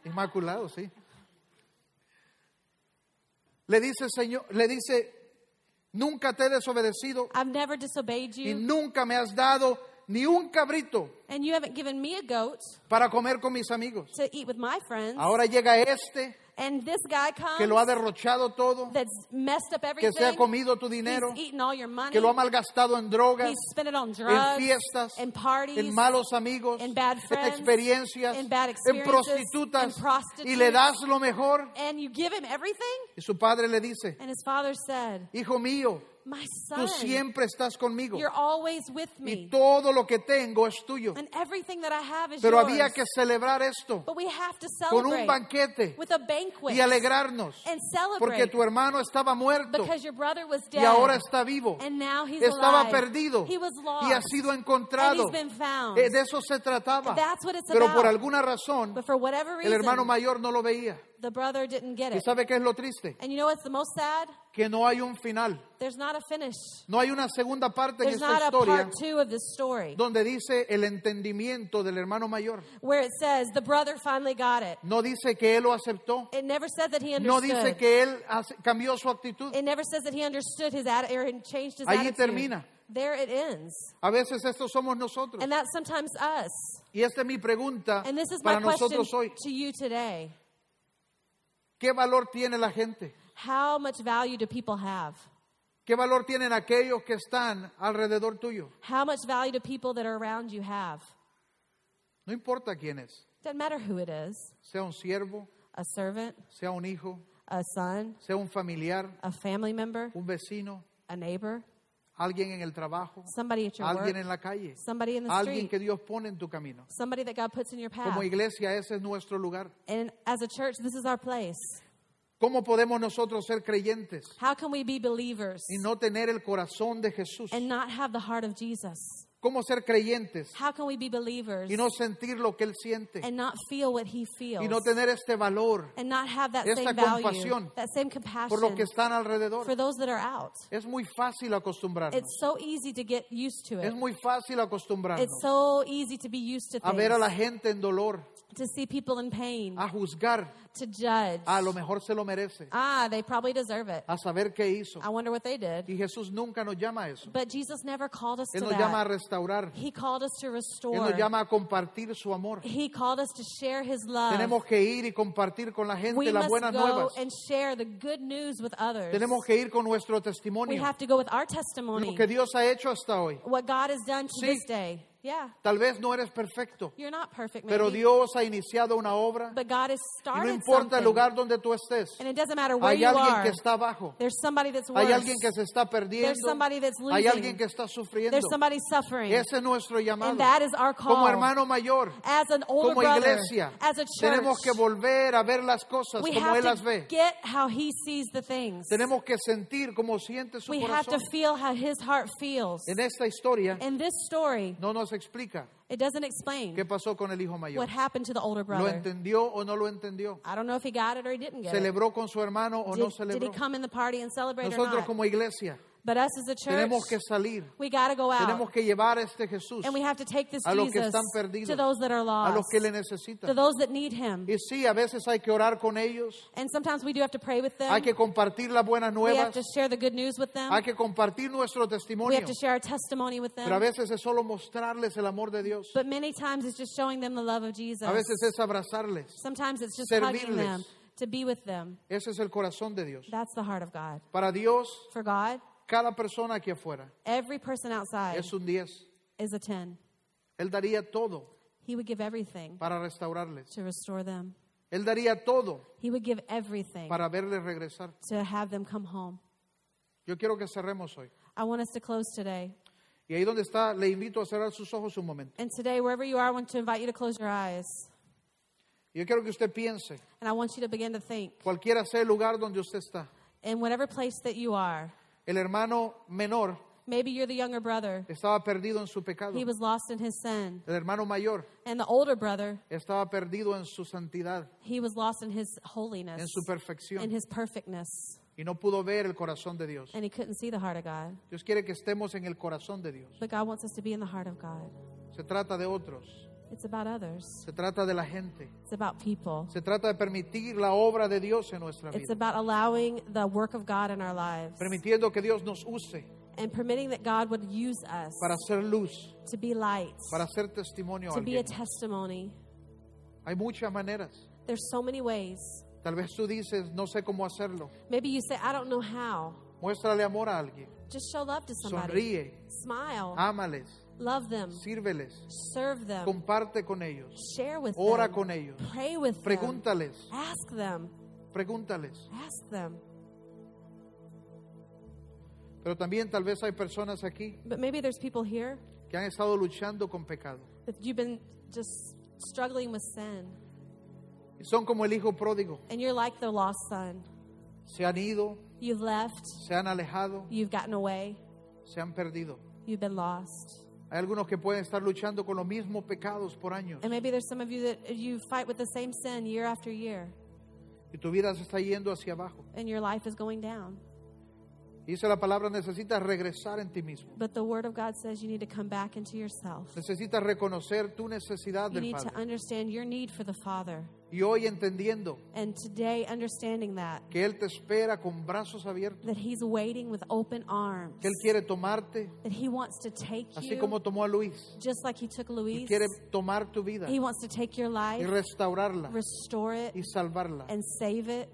Speaker 1: Inmaculado, sí. Le dice, Señor, le dice, nunca te he desobedecido
Speaker 2: I've never disobeyed
Speaker 1: y
Speaker 2: you,
Speaker 1: nunca me has dado ni un cabrito
Speaker 2: and you haven't given me a goat
Speaker 1: para comer con mis amigos.
Speaker 2: to eat with my friends.
Speaker 1: Ahora llega este
Speaker 2: And this guy comes
Speaker 1: que lo ha derrochado todo,
Speaker 2: that's messed up
Speaker 1: que
Speaker 2: everything.
Speaker 1: se ha comido tu dinero,
Speaker 2: He's eaten all your money.
Speaker 1: que lo ha malgastado en drogas,
Speaker 2: He's spent it on drugs,
Speaker 1: en fiestas,
Speaker 2: and parties,
Speaker 1: en malos amigos,
Speaker 2: in bad
Speaker 1: en
Speaker 2: friends,
Speaker 1: experiencias,
Speaker 2: in
Speaker 1: en
Speaker 2: bad experiences,
Speaker 1: prostitutas,
Speaker 2: in prostitutes.
Speaker 1: y le das lo mejor.
Speaker 2: and you give him everything.
Speaker 1: Y su padre le dice,
Speaker 2: And his father said,
Speaker 1: hijo mío,
Speaker 2: "My
Speaker 1: tú
Speaker 2: son,
Speaker 1: siempre estás conmigo
Speaker 2: you're always with
Speaker 1: y
Speaker 2: me,
Speaker 1: todo lo que tengo es tuyo.
Speaker 2: and everything that I have is
Speaker 1: Pero
Speaker 2: yours."
Speaker 1: había que celebrar esto
Speaker 2: but we have to
Speaker 1: con
Speaker 2: celebrate
Speaker 1: un banquete
Speaker 2: with a banquet
Speaker 1: y alegrarnos
Speaker 2: and
Speaker 1: porque
Speaker 2: celebrate
Speaker 1: tu hermano estaba muerto
Speaker 2: because your brother was
Speaker 1: y
Speaker 2: dead
Speaker 1: ahora está vivo.
Speaker 2: and now he's
Speaker 1: Estaba
Speaker 2: alive.
Speaker 1: perdido
Speaker 2: He was lost,
Speaker 1: y ha sido
Speaker 2: and
Speaker 1: encontrado.
Speaker 2: he's been found.
Speaker 1: Eh, De eso se trataba.
Speaker 2: That's what it's
Speaker 1: Pero
Speaker 2: about.
Speaker 1: por alguna razón
Speaker 2: but for whatever
Speaker 1: el
Speaker 2: reason,
Speaker 1: hermano mayor no lo veía.
Speaker 2: the brother didn't get
Speaker 1: ¿Y
Speaker 2: it.
Speaker 1: sabe qué es lo triste?
Speaker 2: And you know what's the most sad?
Speaker 1: Que no hay un final.
Speaker 2: There's not a finish.
Speaker 1: No hay una segunda parte en
Speaker 2: There's
Speaker 1: esta
Speaker 2: not a
Speaker 1: historia
Speaker 2: part two of this story
Speaker 1: donde dice el entendimiento del hermano mayor.
Speaker 2: where it says the brother finally got it.
Speaker 1: No dice que él lo aceptó.
Speaker 2: It never said that he
Speaker 1: No
Speaker 2: understood.
Speaker 1: dice que él hace- cambió su actitud.
Speaker 2: It never says that he understood his attitude and changed his
Speaker 1: Ahí
Speaker 2: attitude.
Speaker 1: termina.
Speaker 2: There it ends.
Speaker 1: A veces estos somos nosotros.
Speaker 2: And that's sometimes us.
Speaker 1: Y esta es mi pregunta
Speaker 2: And this is my
Speaker 1: para
Speaker 2: question
Speaker 1: nosotros hoy.
Speaker 2: to you today.
Speaker 1: ¿Qué valor tiene la gente?
Speaker 2: How much value do people have?
Speaker 1: ¿Qué valor tienen aquellos que están alrededor tuyo?
Speaker 2: How much value do people that are around you have?
Speaker 1: No importa quién es,
Speaker 2: Doesn't matter who it is
Speaker 1: sea un siervo,
Speaker 2: a servant,
Speaker 1: sea un hijo,
Speaker 2: a son,
Speaker 1: sea un familiar,
Speaker 2: a family member,
Speaker 1: un vecino,
Speaker 2: a neighbor,
Speaker 1: alguien en el trabajo,
Speaker 2: somebody at your
Speaker 1: alguien
Speaker 2: work,
Speaker 1: en la calle,
Speaker 2: somebody in the
Speaker 1: alguien
Speaker 2: street,
Speaker 1: que Dios pone en tu camino.
Speaker 2: somebody that God puts in your path.
Speaker 1: Como iglesia, ese es nuestro lugar.
Speaker 2: And as a church, this is our place.
Speaker 1: ¿Cómo podemos nosotros ser creyentes
Speaker 2: How can we be believers
Speaker 1: y no tener el corazón de Jesús?
Speaker 2: and not have the heart of Jesus?
Speaker 1: ¿Cómo ser creyentes
Speaker 2: How can we be believers
Speaker 1: y no sentir lo que Él siente?
Speaker 2: and not feel what he feels?
Speaker 1: Y no tener este valor
Speaker 2: and not have that
Speaker 1: esta
Speaker 2: same value,
Speaker 1: compasión
Speaker 2: that same compassion
Speaker 1: por los que están
Speaker 2: for
Speaker 1: alrededor.
Speaker 2: those that are out.
Speaker 1: Es muy fácil acostumbrarnos.
Speaker 2: It's so easy to get used to
Speaker 1: Es
Speaker 2: it.
Speaker 1: muy fácil
Speaker 2: It's
Speaker 1: acostumbrarnos
Speaker 2: so easy to be used to
Speaker 1: a ver a
Speaker 2: things,
Speaker 1: la gente en dolor,
Speaker 2: to see people in pain,
Speaker 1: a juzgar.
Speaker 2: to judge.
Speaker 1: A ah, lo mejor se lo merece,
Speaker 2: Ah, they probably deserve it.
Speaker 1: a saber qué hizo.
Speaker 2: I wonder what they did.
Speaker 1: Y Jesús nunca nos llama a eso.
Speaker 2: But Jesus never called us to
Speaker 1: Él nos llama a
Speaker 2: that.
Speaker 1: restaurar.
Speaker 2: He called us to
Speaker 1: Él nos
Speaker 2: restore.
Speaker 1: llama a compartir su amor.
Speaker 2: He called us to share his love.
Speaker 1: Tenemos que ir y compartir con la
Speaker 2: We
Speaker 1: gente las
Speaker 2: must
Speaker 1: buenas
Speaker 2: go
Speaker 1: nuevas.
Speaker 2: and share the good news with others.
Speaker 1: Tenemos que ir con nuestro
Speaker 2: We
Speaker 1: testimonio.
Speaker 2: have to go with our
Speaker 1: Lo
Speaker 2: testimony.
Speaker 1: que Dios ha hecho hasta hoy.
Speaker 2: What God has done to
Speaker 1: Sí.
Speaker 2: this day. Yeah.
Speaker 1: Tal vez no eres perfecto,
Speaker 2: You're not perfect, maybe.
Speaker 1: pero Dios ha iniciado una obra.
Speaker 2: But God has
Speaker 1: Y no
Speaker 2: started
Speaker 1: importa
Speaker 2: something.
Speaker 1: el lugar donde tú estés.
Speaker 2: and it doesn't matter where
Speaker 1: Hay
Speaker 2: you
Speaker 1: alguien
Speaker 2: are.
Speaker 1: que está abajo.
Speaker 2: There's somebody that's worse.
Speaker 1: Hay alguien que se está
Speaker 2: There's
Speaker 1: perdiendo.
Speaker 2: somebody that's
Speaker 1: Hay
Speaker 2: losing.
Speaker 1: alguien que está sufriendo.
Speaker 2: There's somebody suffering.
Speaker 1: Ese es nuestro llamado.
Speaker 2: And that is our call.
Speaker 1: Como hermano mayor,
Speaker 2: as an older
Speaker 1: como
Speaker 2: brother,
Speaker 1: iglesia,
Speaker 2: as a church,
Speaker 1: tenemos que volver a ver las cosas
Speaker 2: we
Speaker 1: como
Speaker 2: have
Speaker 1: Él las
Speaker 2: to
Speaker 1: ve.
Speaker 2: get how he sees the things.
Speaker 1: Tenemos que sentir como siente su
Speaker 2: we have
Speaker 1: corazón.
Speaker 2: to feel how his heart feels.
Speaker 1: En esta historia
Speaker 2: In this story,
Speaker 1: no nos explica
Speaker 2: it doesn't explain
Speaker 1: qué pasó con el hijo mayor.
Speaker 2: what happened to the older
Speaker 1: ¿Lo
Speaker 2: brother.
Speaker 1: entendió o no lo entendió?
Speaker 2: I don't know if he got it or he didn't get it.
Speaker 1: ¿Celebró con su hermano o
Speaker 2: Did,
Speaker 1: no
Speaker 2: did he
Speaker 1: celebró?
Speaker 2: come in the party and celebrate or
Speaker 1: Nosotros
Speaker 2: not?
Speaker 1: como iglesia
Speaker 2: But us as a church,
Speaker 1: tenemos que salir.
Speaker 2: we got to go out.
Speaker 1: Tenemos que llevar a este Jesús
Speaker 2: And we have to take this
Speaker 1: a los que
Speaker 2: Jesus
Speaker 1: están perdidos,
Speaker 2: to those that are
Speaker 1: a
Speaker 2: lost,
Speaker 1: los que le
Speaker 2: to
Speaker 1: necesitan.
Speaker 2: those that need Him.
Speaker 1: Y sí, a veces hay que orar con ellos,
Speaker 2: And sometimes we do have to pray with them.
Speaker 1: hay que compartir las buenas
Speaker 2: we have
Speaker 1: nuevas,
Speaker 2: to share the good news with them.
Speaker 1: hay que compartir nuestro
Speaker 2: we
Speaker 1: testimonio.
Speaker 2: have to share our testimony with them.
Speaker 1: Pero a veces es solo mostrarles el amor de Dios.
Speaker 2: but many times it's just showing them the love of Jesus.
Speaker 1: A veces es abrazarles.
Speaker 2: sometimes it's just
Speaker 1: servirles.
Speaker 2: hugging them to be with them.
Speaker 1: Ese es el corazón de Dios.
Speaker 2: That's the heart of God.
Speaker 1: Para Dios,
Speaker 2: For God,
Speaker 1: Cada persona aquí afuera
Speaker 2: Every person outside
Speaker 1: es un 10.
Speaker 2: is a 10.
Speaker 1: Él daría todo
Speaker 2: He would give everything
Speaker 1: para restaurarles.
Speaker 2: to restore them.
Speaker 1: Él daría todo
Speaker 2: He would give everything
Speaker 1: para verles regresar.
Speaker 2: to have them come home.
Speaker 1: Yo quiero que cerremos hoy.
Speaker 2: I want us to close today.
Speaker 1: Y ahí donde está, le invito a cerrar sus ojos un momento.
Speaker 2: And today, wherever you are, I want to invite you to close your eyes.
Speaker 1: Yo quiero que usted piense,
Speaker 2: And I want you to begin to think.
Speaker 1: cualquiera sea el lugar donde usted está.
Speaker 2: In whatever place that you are,
Speaker 1: El hermano menor
Speaker 2: maybe you're the younger brother.
Speaker 1: estaba perdido en su pecado.
Speaker 2: He was lost in his sin.
Speaker 1: El hermano mayor
Speaker 2: And the older brother,
Speaker 1: estaba perdido en su santidad,
Speaker 2: he was lost in his holiness,
Speaker 1: en su
Speaker 2: in
Speaker 1: perfección,
Speaker 2: his perfectness.
Speaker 1: y no pudo ver el corazón de Dios.
Speaker 2: And he couldn't see the heart of God.
Speaker 1: Dios quiere que estemos en el corazón de Dios.
Speaker 2: But God wants us to be in the heart of God.
Speaker 1: Se trata de otros,
Speaker 2: It's about others,
Speaker 1: se trata de la gente,
Speaker 2: it's about people,
Speaker 1: se trata de permitir la obra de Dios en nuestra
Speaker 2: it's
Speaker 1: vida,
Speaker 2: about allowing the work of God in our lives
Speaker 1: permitiendo que Dios nos use
Speaker 2: and permitting that God would use us
Speaker 1: para hacer luz,
Speaker 2: to be light,
Speaker 1: para hacer testimonio a
Speaker 2: to be a
Speaker 1: alguien.
Speaker 2: testimony.
Speaker 1: Hay muchas maneras.
Speaker 2: There's so many ways.
Speaker 1: Tal vez tú dices, no sé cómo hacerlo.
Speaker 2: Maybe you say, I don't know how.
Speaker 1: Muéstrale amor a alguien.
Speaker 2: Just show love to somebody.
Speaker 1: Sonríe, Ah.
Speaker 2: Smile.
Speaker 1: ámales,
Speaker 2: Love them.
Speaker 1: sírveles,
Speaker 2: Serve them.
Speaker 1: comparte con ellos,
Speaker 2: Share with
Speaker 1: ora
Speaker 2: them.
Speaker 1: con ellos,
Speaker 2: Pray with them.
Speaker 1: pregúntales,
Speaker 2: Ask them.
Speaker 1: pregúntales.
Speaker 2: Ask them.
Speaker 1: Pero también tal vez hay personas aquí
Speaker 2: But maybe there's people here
Speaker 1: que han estado luchando con pecado.
Speaker 2: that you've been just struggling with sin.
Speaker 1: Y son como el hijo pródigo.
Speaker 2: And you're like the lost son.
Speaker 1: Se han ido,
Speaker 2: You've left.
Speaker 1: se han alejado,
Speaker 2: You've gotten away.
Speaker 1: se han perdido.
Speaker 2: You've been lost.
Speaker 1: Hay algunos que pueden estar luchando con los mismos pecados por años.
Speaker 2: And maybe there's some of you that you fight with the same sin year after year.
Speaker 1: Y tu vida se está yendo hacia abajo.
Speaker 2: And your life is going down.
Speaker 1: Dice la palabra, necesitas regresar en ti mismo.
Speaker 2: But the Word of God says you need to come back into yourself.
Speaker 1: Necesitas reconocer tu necesidad
Speaker 2: You
Speaker 1: del
Speaker 2: need to
Speaker 1: Padre.
Speaker 2: understand your need for the Father.
Speaker 1: Y hoy entendiendo
Speaker 2: And today, understanding that,
Speaker 1: que Él te espera con brazos abiertos,
Speaker 2: that He's waiting with open arms,
Speaker 1: que Él quiere tomarte,
Speaker 2: that He wants to take
Speaker 1: así
Speaker 2: you,
Speaker 1: como tomó a Luis.
Speaker 2: just like He took
Speaker 1: Y
Speaker 2: Luis.
Speaker 1: quiere tomar tu vida
Speaker 2: He wants to take your
Speaker 1: y
Speaker 2: life,
Speaker 1: restaurarla
Speaker 2: restore it,
Speaker 1: y salvarla.
Speaker 2: and save it.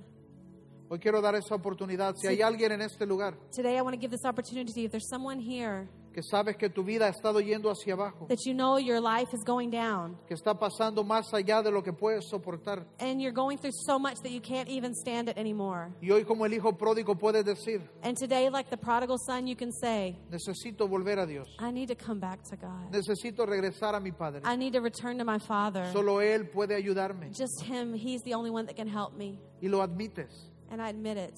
Speaker 1: Hoy quiero dar esa oportunidad. Si
Speaker 2: Sí.
Speaker 1: hay alguien en este lugar
Speaker 2: Today, I want to give this opportunity. If there's someone here
Speaker 1: que sabes que tu vida ha estado yendo hacia abajo,
Speaker 2: that you know your life is going down,
Speaker 1: que está pasando más allá de lo que puedes soportar,
Speaker 2: and you're going through so much that you can't even stand it anymore.
Speaker 1: y hoy como el hijo pródigo puedes decir,
Speaker 2: And today, like the prodigal son, you can say,
Speaker 1: necesito volver a Dios,
Speaker 2: I need to come back to God.
Speaker 1: necesito regresar a mi Padre.
Speaker 2: I need to return to my Father.
Speaker 1: Solo Él puede ayudarme.
Speaker 2: Just Him, He's the only one that can help me.
Speaker 1: Y lo admites
Speaker 2: And I admit it.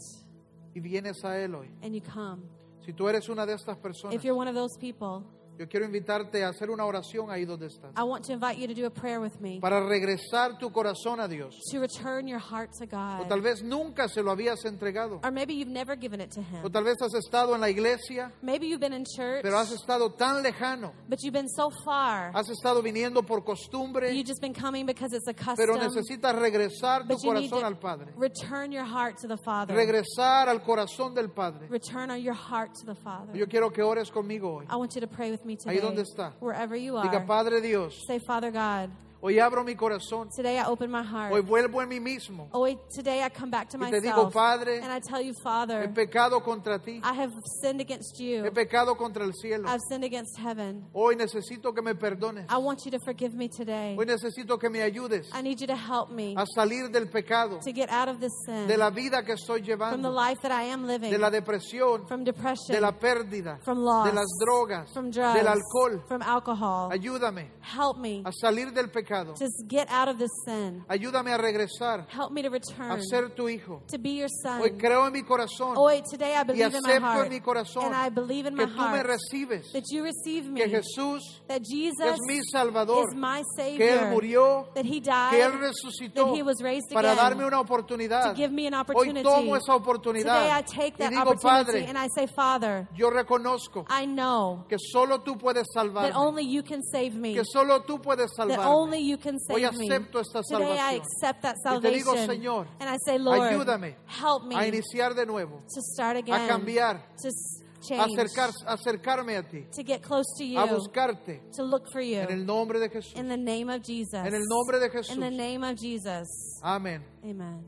Speaker 1: y vienes a Él hoy.
Speaker 2: And you come.
Speaker 1: Si tú eres una de estas personas,
Speaker 2: If you're one of those people,
Speaker 1: yo quiero invitarte a hacer una oración ahí donde estás.
Speaker 2: I want to invite you to do a prayer with me
Speaker 1: Para regresar tu corazón a Dios.
Speaker 2: to return your heart to
Speaker 1: O tal
Speaker 2: God.
Speaker 1: vez nunca se lo habías entregado.
Speaker 2: Or maybe you've never given it to
Speaker 1: O
Speaker 2: Him.
Speaker 1: tal vez has estado en la iglesia,
Speaker 2: Maybe you've been in church,
Speaker 1: pero has estado tan lejano.
Speaker 2: but you've been so far.
Speaker 1: Has estado viniendo por costumbre,
Speaker 2: You've just been coming because it's a custom.
Speaker 1: pero necesitas regresar tu
Speaker 2: But you need
Speaker 1: corazón
Speaker 2: to
Speaker 1: al Padre.
Speaker 2: return your heart to the Father.
Speaker 1: Regresar al corazón del Padre.
Speaker 2: Return your heart to the Father.
Speaker 1: Yo quiero que ores conmigo hoy.
Speaker 2: I want you to pray with me
Speaker 1: Ahí
Speaker 2: today.
Speaker 1: donde está.
Speaker 2: Wherever you
Speaker 1: Diga,
Speaker 2: are.
Speaker 1: Padre Dios,
Speaker 2: Say, Father God,
Speaker 1: hoy abro mi corazón.
Speaker 2: today I open my heart.
Speaker 1: Hoy vuelvo en mí mismo.
Speaker 2: Oh, wait, today I come back to
Speaker 1: Y te
Speaker 2: myself.
Speaker 1: digo, Padre,
Speaker 2: and I tell you,
Speaker 1: He
Speaker 2: Father,
Speaker 1: pecado contra ti.
Speaker 2: I have sinned against you.
Speaker 1: He pecado contra el cielo.
Speaker 2: I've sinned against heaven.
Speaker 1: Hoy necesito que me perdones.
Speaker 2: I want you to forgive me today.
Speaker 1: Hoy necesito que me ayudes
Speaker 2: I need you to help me
Speaker 1: a salir del pecado,
Speaker 2: to get out of this sin,
Speaker 1: de la vida que estoy
Speaker 2: from the
Speaker 1: llevando,
Speaker 2: life that I am living,
Speaker 1: de la depresión,
Speaker 2: from depression,
Speaker 1: de la pérdida,
Speaker 2: from loss,
Speaker 1: de las drogas,
Speaker 2: from drugs,
Speaker 1: del alcohol.
Speaker 2: from alcohol.
Speaker 1: Ayúdame
Speaker 2: Help me
Speaker 1: a salir del pecado.
Speaker 2: to get out of this sin.
Speaker 1: Ayúdame a regresar,
Speaker 2: Help me to return
Speaker 1: a ser tu hijo.
Speaker 2: to be your son.
Speaker 1: Hoy creo en mi corazón
Speaker 2: Hoy, today I
Speaker 1: y
Speaker 2: believe in my
Speaker 1: acepto en
Speaker 2: heart,
Speaker 1: mi corazón
Speaker 2: and I believe in my
Speaker 1: que tú me
Speaker 2: heart
Speaker 1: recibes,
Speaker 2: that you receive me,
Speaker 1: que Jesús
Speaker 2: that Jesus
Speaker 1: es mi Salvador,
Speaker 2: is my Savior,
Speaker 1: que Él murió,
Speaker 2: that He died,
Speaker 1: que Él resucitó
Speaker 2: that he was raised
Speaker 1: para
Speaker 2: again,
Speaker 1: darme una oportunidad.
Speaker 2: to give me an
Speaker 1: Hoy
Speaker 2: opportunity.
Speaker 1: tomo esa
Speaker 2: Today I
Speaker 1: oportunidad
Speaker 2: take
Speaker 1: y
Speaker 2: that
Speaker 1: digo,
Speaker 2: opportunity
Speaker 1: Padre,
Speaker 2: and I say, Father,
Speaker 1: yo reconozco
Speaker 2: I know
Speaker 1: que solo tú puedes
Speaker 2: that
Speaker 1: salvarme,
Speaker 2: only you can save me.
Speaker 1: que solo tú puedes
Speaker 2: that only
Speaker 1: salvarme.
Speaker 2: you can
Speaker 1: Hoy
Speaker 2: save me.
Speaker 1: acepto esta
Speaker 2: Today I
Speaker 1: salvación.
Speaker 2: accept that
Speaker 1: Y te
Speaker 2: salvation.
Speaker 1: digo, Señor,
Speaker 2: and I say, Lord,
Speaker 1: ayúdame
Speaker 2: help me
Speaker 1: A iniciar de nuevo,
Speaker 2: to start again,
Speaker 1: a cambiar,
Speaker 2: to s-
Speaker 1: a
Speaker 2: change,
Speaker 1: acercar, a acercarme a ti,
Speaker 2: to get close to you,
Speaker 1: a buscarte
Speaker 2: to look for you.
Speaker 1: en el nombre de Jesús.
Speaker 2: in the name of Jesus.
Speaker 1: En el nombre de
Speaker 2: In the
Speaker 1: Jesús.
Speaker 2: name of Jesus.
Speaker 1: Amén.
Speaker 2: Amen.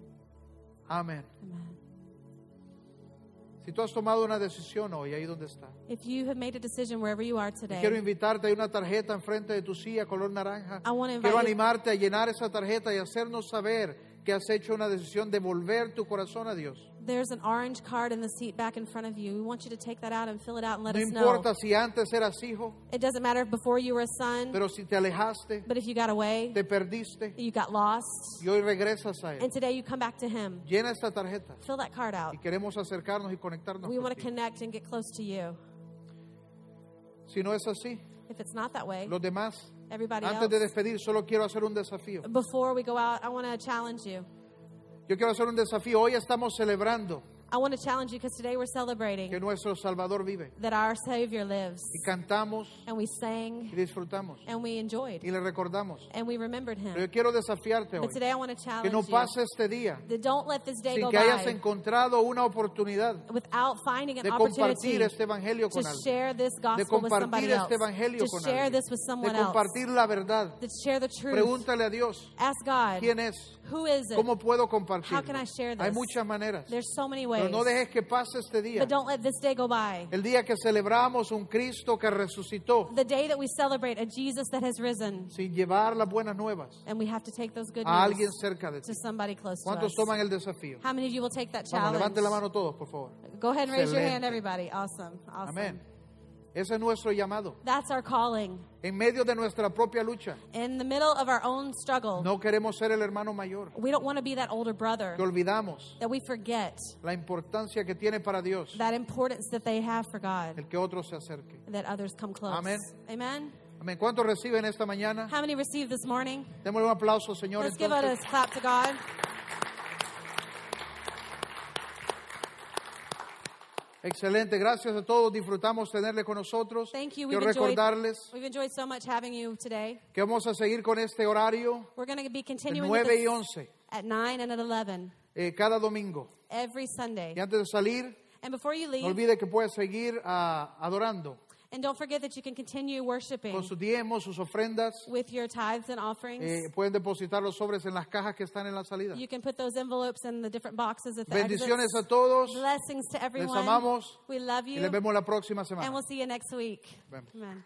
Speaker 1: Amén.
Speaker 2: Amen.
Speaker 1: Si Si tú has tomado una decisión hoy, ahí donde está.
Speaker 2: If you have made a decision wherever you are
Speaker 1: Y Quiero
Speaker 2: today,
Speaker 1: invitarte, hay una tarjeta enfrente de tu silla color naranja.
Speaker 2: I wanna invite
Speaker 1: Quiero
Speaker 2: you-
Speaker 1: animarte a llenar esa tarjeta y hacernos saber que has hecho una decisión de volver tu corazón a Dios.
Speaker 2: there's an orange card in the seat back in front of you. We want you to take that out and fill it out and let
Speaker 1: No
Speaker 2: us know.
Speaker 1: importa si antes eras hijo,
Speaker 2: It doesn't matter if before you were a son,
Speaker 1: pero si te alejaste,
Speaker 2: but if you got away,
Speaker 1: te perdiste
Speaker 2: you got lost,
Speaker 1: y hoy regresas a Él.
Speaker 2: and today you come back to Him.
Speaker 1: Llena esta tarjeta
Speaker 2: Fill that card out.
Speaker 1: y queremos acercarnos y conectarnos.
Speaker 2: We want to
Speaker 1: contigo.
Speaker 2: connect and get close to you.
Speaker 1: Si no es así,
Speaker 2: If it's not that way,
Speaker 1: los demás,
Speaker 2: everybody
Speaker 1: antes de
Speaker 2: else.
Speaker 1: despedir, solo quiero hacer un desafío.
Speaker 2: Before we go out, I want to challenge you.
Speaker 1: Yo quiero hacer un desafío. Hoy estamos celebrando
Speaker 2: I want to challenge you because today we're celebrating
Speaker 1: que nuestro Salvador vive
Speaker 2: that our Savior lives.
Speaker 1: y cantamos
Speaker 2: And we
Speaker 1: y
Speaker 2: sang
Speaker 1: disfrutamos
Speaker 2: and we enjoyed
Speaker 1: y le recordamos.
Speaker 2: and we remembered
Speaker 1: Pero
Speaker 2: Him.
Speaker 1: yo quiero desafiarte hoy
Speaker 2: But today I want to
Speaker 1: que
Speaker 2: challenge
Speaker 1: no
Speaker 2: you
Speaker 1: pase este día
Speaker 2: that don't let this day
Speaker 1: sin
Speaker 2: go
Speaker 1: que hayas
Speaker 2: by
Speaker 1: encontrado una oportunidad
Speaker 2: without finding
Speaker 1: de
Speaker 2: an
Speaker 1: compartir
Speaker 2: opportunity
Speaker 1: este evangelio con
Speaker 2: to
Speaker 1: alguien,
Speaker 2: share this
Speaker 1: de
Speaker 2: gospel with
Speaker 1: compartir
Speaker 2: somebody else,
Speaker 1: este evangelio
Speaker 2: to
Speaker 1: con
Speaker 2: share
Speaker 1: alguien,
Speaker 2: this with
Speaker 1: de
Speaker 2: someone else,
Speaker 1: compartir la verdad.
Speaker 2: to share the truth.
Speaker 1: Pregúntale a Dios
Speaker 2: Ask God,
Speaker 1: quién es,
Speaker 2: who is it?
Speaker 1: cómo puedo compartir.
Speaker 2: How can I share this?
Speaker 1: Hay muchas maneras,
Speaker 2: There's so many
Speaker 1: pero
Speaker 2: ways.
Speaker 1: no dejes que pase este día,
Speaker 2: But don't let this day go by.
Speaker 1: el día que celebramos un Cristo que resucitó,
Speaker 2: The day that we celebrate a Jesus that has risen,
Speaker 1: sin llevar las buenas nuevas
Speaker 2: and we have to take those good
Speaker 1: a alguien
Speaker 2: news
Speaker 1: cerca de ti.
Speaker 2: to somebody close to
Speaker 1: ¿Cuántos
Speaker 2: us.
Speaker 1: toman el desafío?
Speaker 2: How many of you will take that
Speaker 1: Vamos,
Speaker 2: challenge?
Speaker 1: levante la mano todos, por favor.
Speaker 2: Go ahead and raise your
Speaker 1: Excelente.
Speaker 2: hand, everybody. Awesome. Awesome.
Speaker 1: Amén. Ese es nuestro llamado.
Speaker 2: That's our calling.
Speaker 1: En medio de nuestra propia lucha,
Speaker 2: In the middle of our own struggle,
Speaker 1: no queremos ser el hermano mayor.
Speaker 2: we don't want to be that older brother
Speaker 1: Que olvidamos
Speaker 2: that we forget
Speaker 1: la importancia que tiene para Dios
Speaker 2: that importance that they have for God,
Speaker 1: el que otro se acerque.
Speaker 2: that others come close.
Speaker 1: Amén.
Speaker 2: Amen.
Speaker 1: Amén. ¿Cuántos reciben esta mañana?
Speaker 2: How many received this morning?
Speaker 1: Démosle un aplauso, Señor.
Speaker 2: Let's give
Speaker 1: entonces.
Speaker 2: a clap to God.
Speaker 1: Excelente. Gracias a todos. Disfrutamos tenerle con nosotros.
Speaker 2: Thank you. We've
Speaker 1: Quiero
Speaker 2: enjoyed,
Speaker 1: recordarles
Speaker 2: we've enjoyed so much having you today.
Speaker 1: que vamos a seguir con este horario
Speaker 2: We're going to be
Speaker 1: de
Speaker 2: continuing with
Speaker 1: 9 y
Speaker 2: this
Speaker 1: 11
Speaker 2: at 9 and at 11
Speaker 1: eh, cada domingo.
Speaker 2: every Sunday.
Speaker 1: Y antes de salir,
Speaker 2: And before you
Speaker 1: no
Speaker 2: leave,
Speaker 1: olvide que puede seguir ah, adorando
Speaker 2: and don't forget that you can continue worshiping
Speaker 1: con sus diezmos, sus ofrendas.
Speaker 2: with your tithes and offerings.
Speaker 1: Eh, pueden depositar los sobres en las cajas que están en la salida.
Speaker 2: You can put those envelopes in the different boxes at the
Speaker 1: Bendiciones
Speaker 2: exits.
Speaker 1: a todos
Speaker 2: Blessings to everyone.
Speaker 1: amamos.
Speaker 2: We love
Speaker 1: y
Speaker 2: you.
Speaker 1: les vemos la próxima
Speaker 2: And
Speaker 1: semana.
Speaker 2: we'll see you next week.
Speaker 1: Vemos.
Speaker 2: Amen.